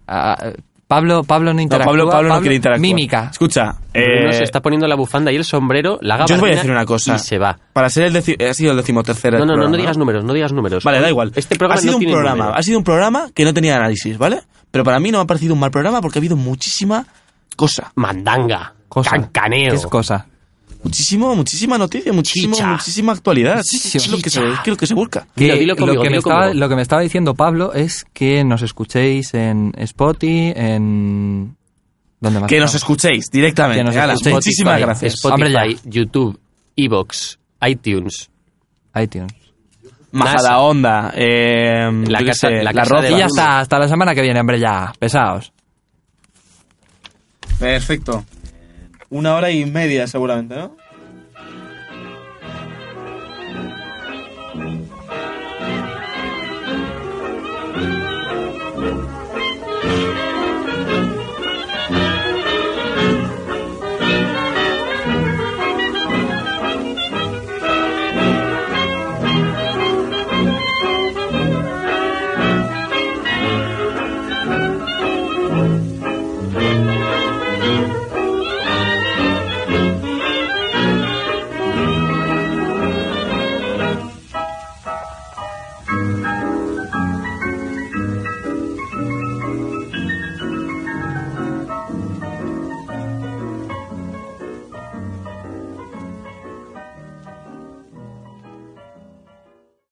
S1: Ah, Pablo, Pablo no
S2: No,
S1: interactúa.
S2: Pablo, Pablo, no quiere interactuar.
S1: Mímica.
S2: Escucha,
S3: Bruno
S2: eh,
S3: se está poniendo la bufanda y el sombrero, la
S2: yo os voy a
S3: gabardina,
S2: decir una cosa.
S3: Y se va.
S2: Para ser el deci- ha sido el decimotercer.
S3: No, no, no,
S2: programa,
S3: no digas números, no digas números.
S2: Vale, da igual.
S3: Este programa
S2: ha sido
S3: no
S2: un
S3: tiene
S2: programa,
S3: números.
S2: ha sido un programa que no tenía análisis, ¿vale? Pero para mí no me ha parecido un mal programa porque ha habido muchísima cosa.
S3: Mandanga.
S1: Cosa.
S3: Cancaneo.
S1: ¿Qué es cosa?
S2: Muchísimo, muchísima noticia, muchísimo,
S3: Chicha.
S2: muchísima actualidad.
S1: Muchísimo.
S2: Es lo que, se, es lo que se busca.
S3: Dilo,
S1: Que
S3: dilo conmigo,
S1: lo, que me
S3: dilo
S1: estaba,
S3: conmigo.
S1: lo que me estaba diciendo Pablo es que nos escuchéis en Spotify, en... ¿Dónde más?
S2: Que nos
S1: estamos?
S2: escuchéis directamente.
S1: Que nos
S2: Ala,
S1: escuchéis.
S2: Muchísimas
S1: Spotify.
S2: gracias.
S1: Hombre, ya.
S3: Spotify, YouTube, Evox, iTunes.
S1: iTunes.
S2: Majada Onda, eh,
S3: La
S2: yo qué
S3: casa-
S2: sé,
S3: la casa de
S1: Y ya
S3: Vale.
S1: está, hasta la semana que viene, hombre, ya. Pesaos.
S2: Perfecto. Una hora y media seguramente, ¿no?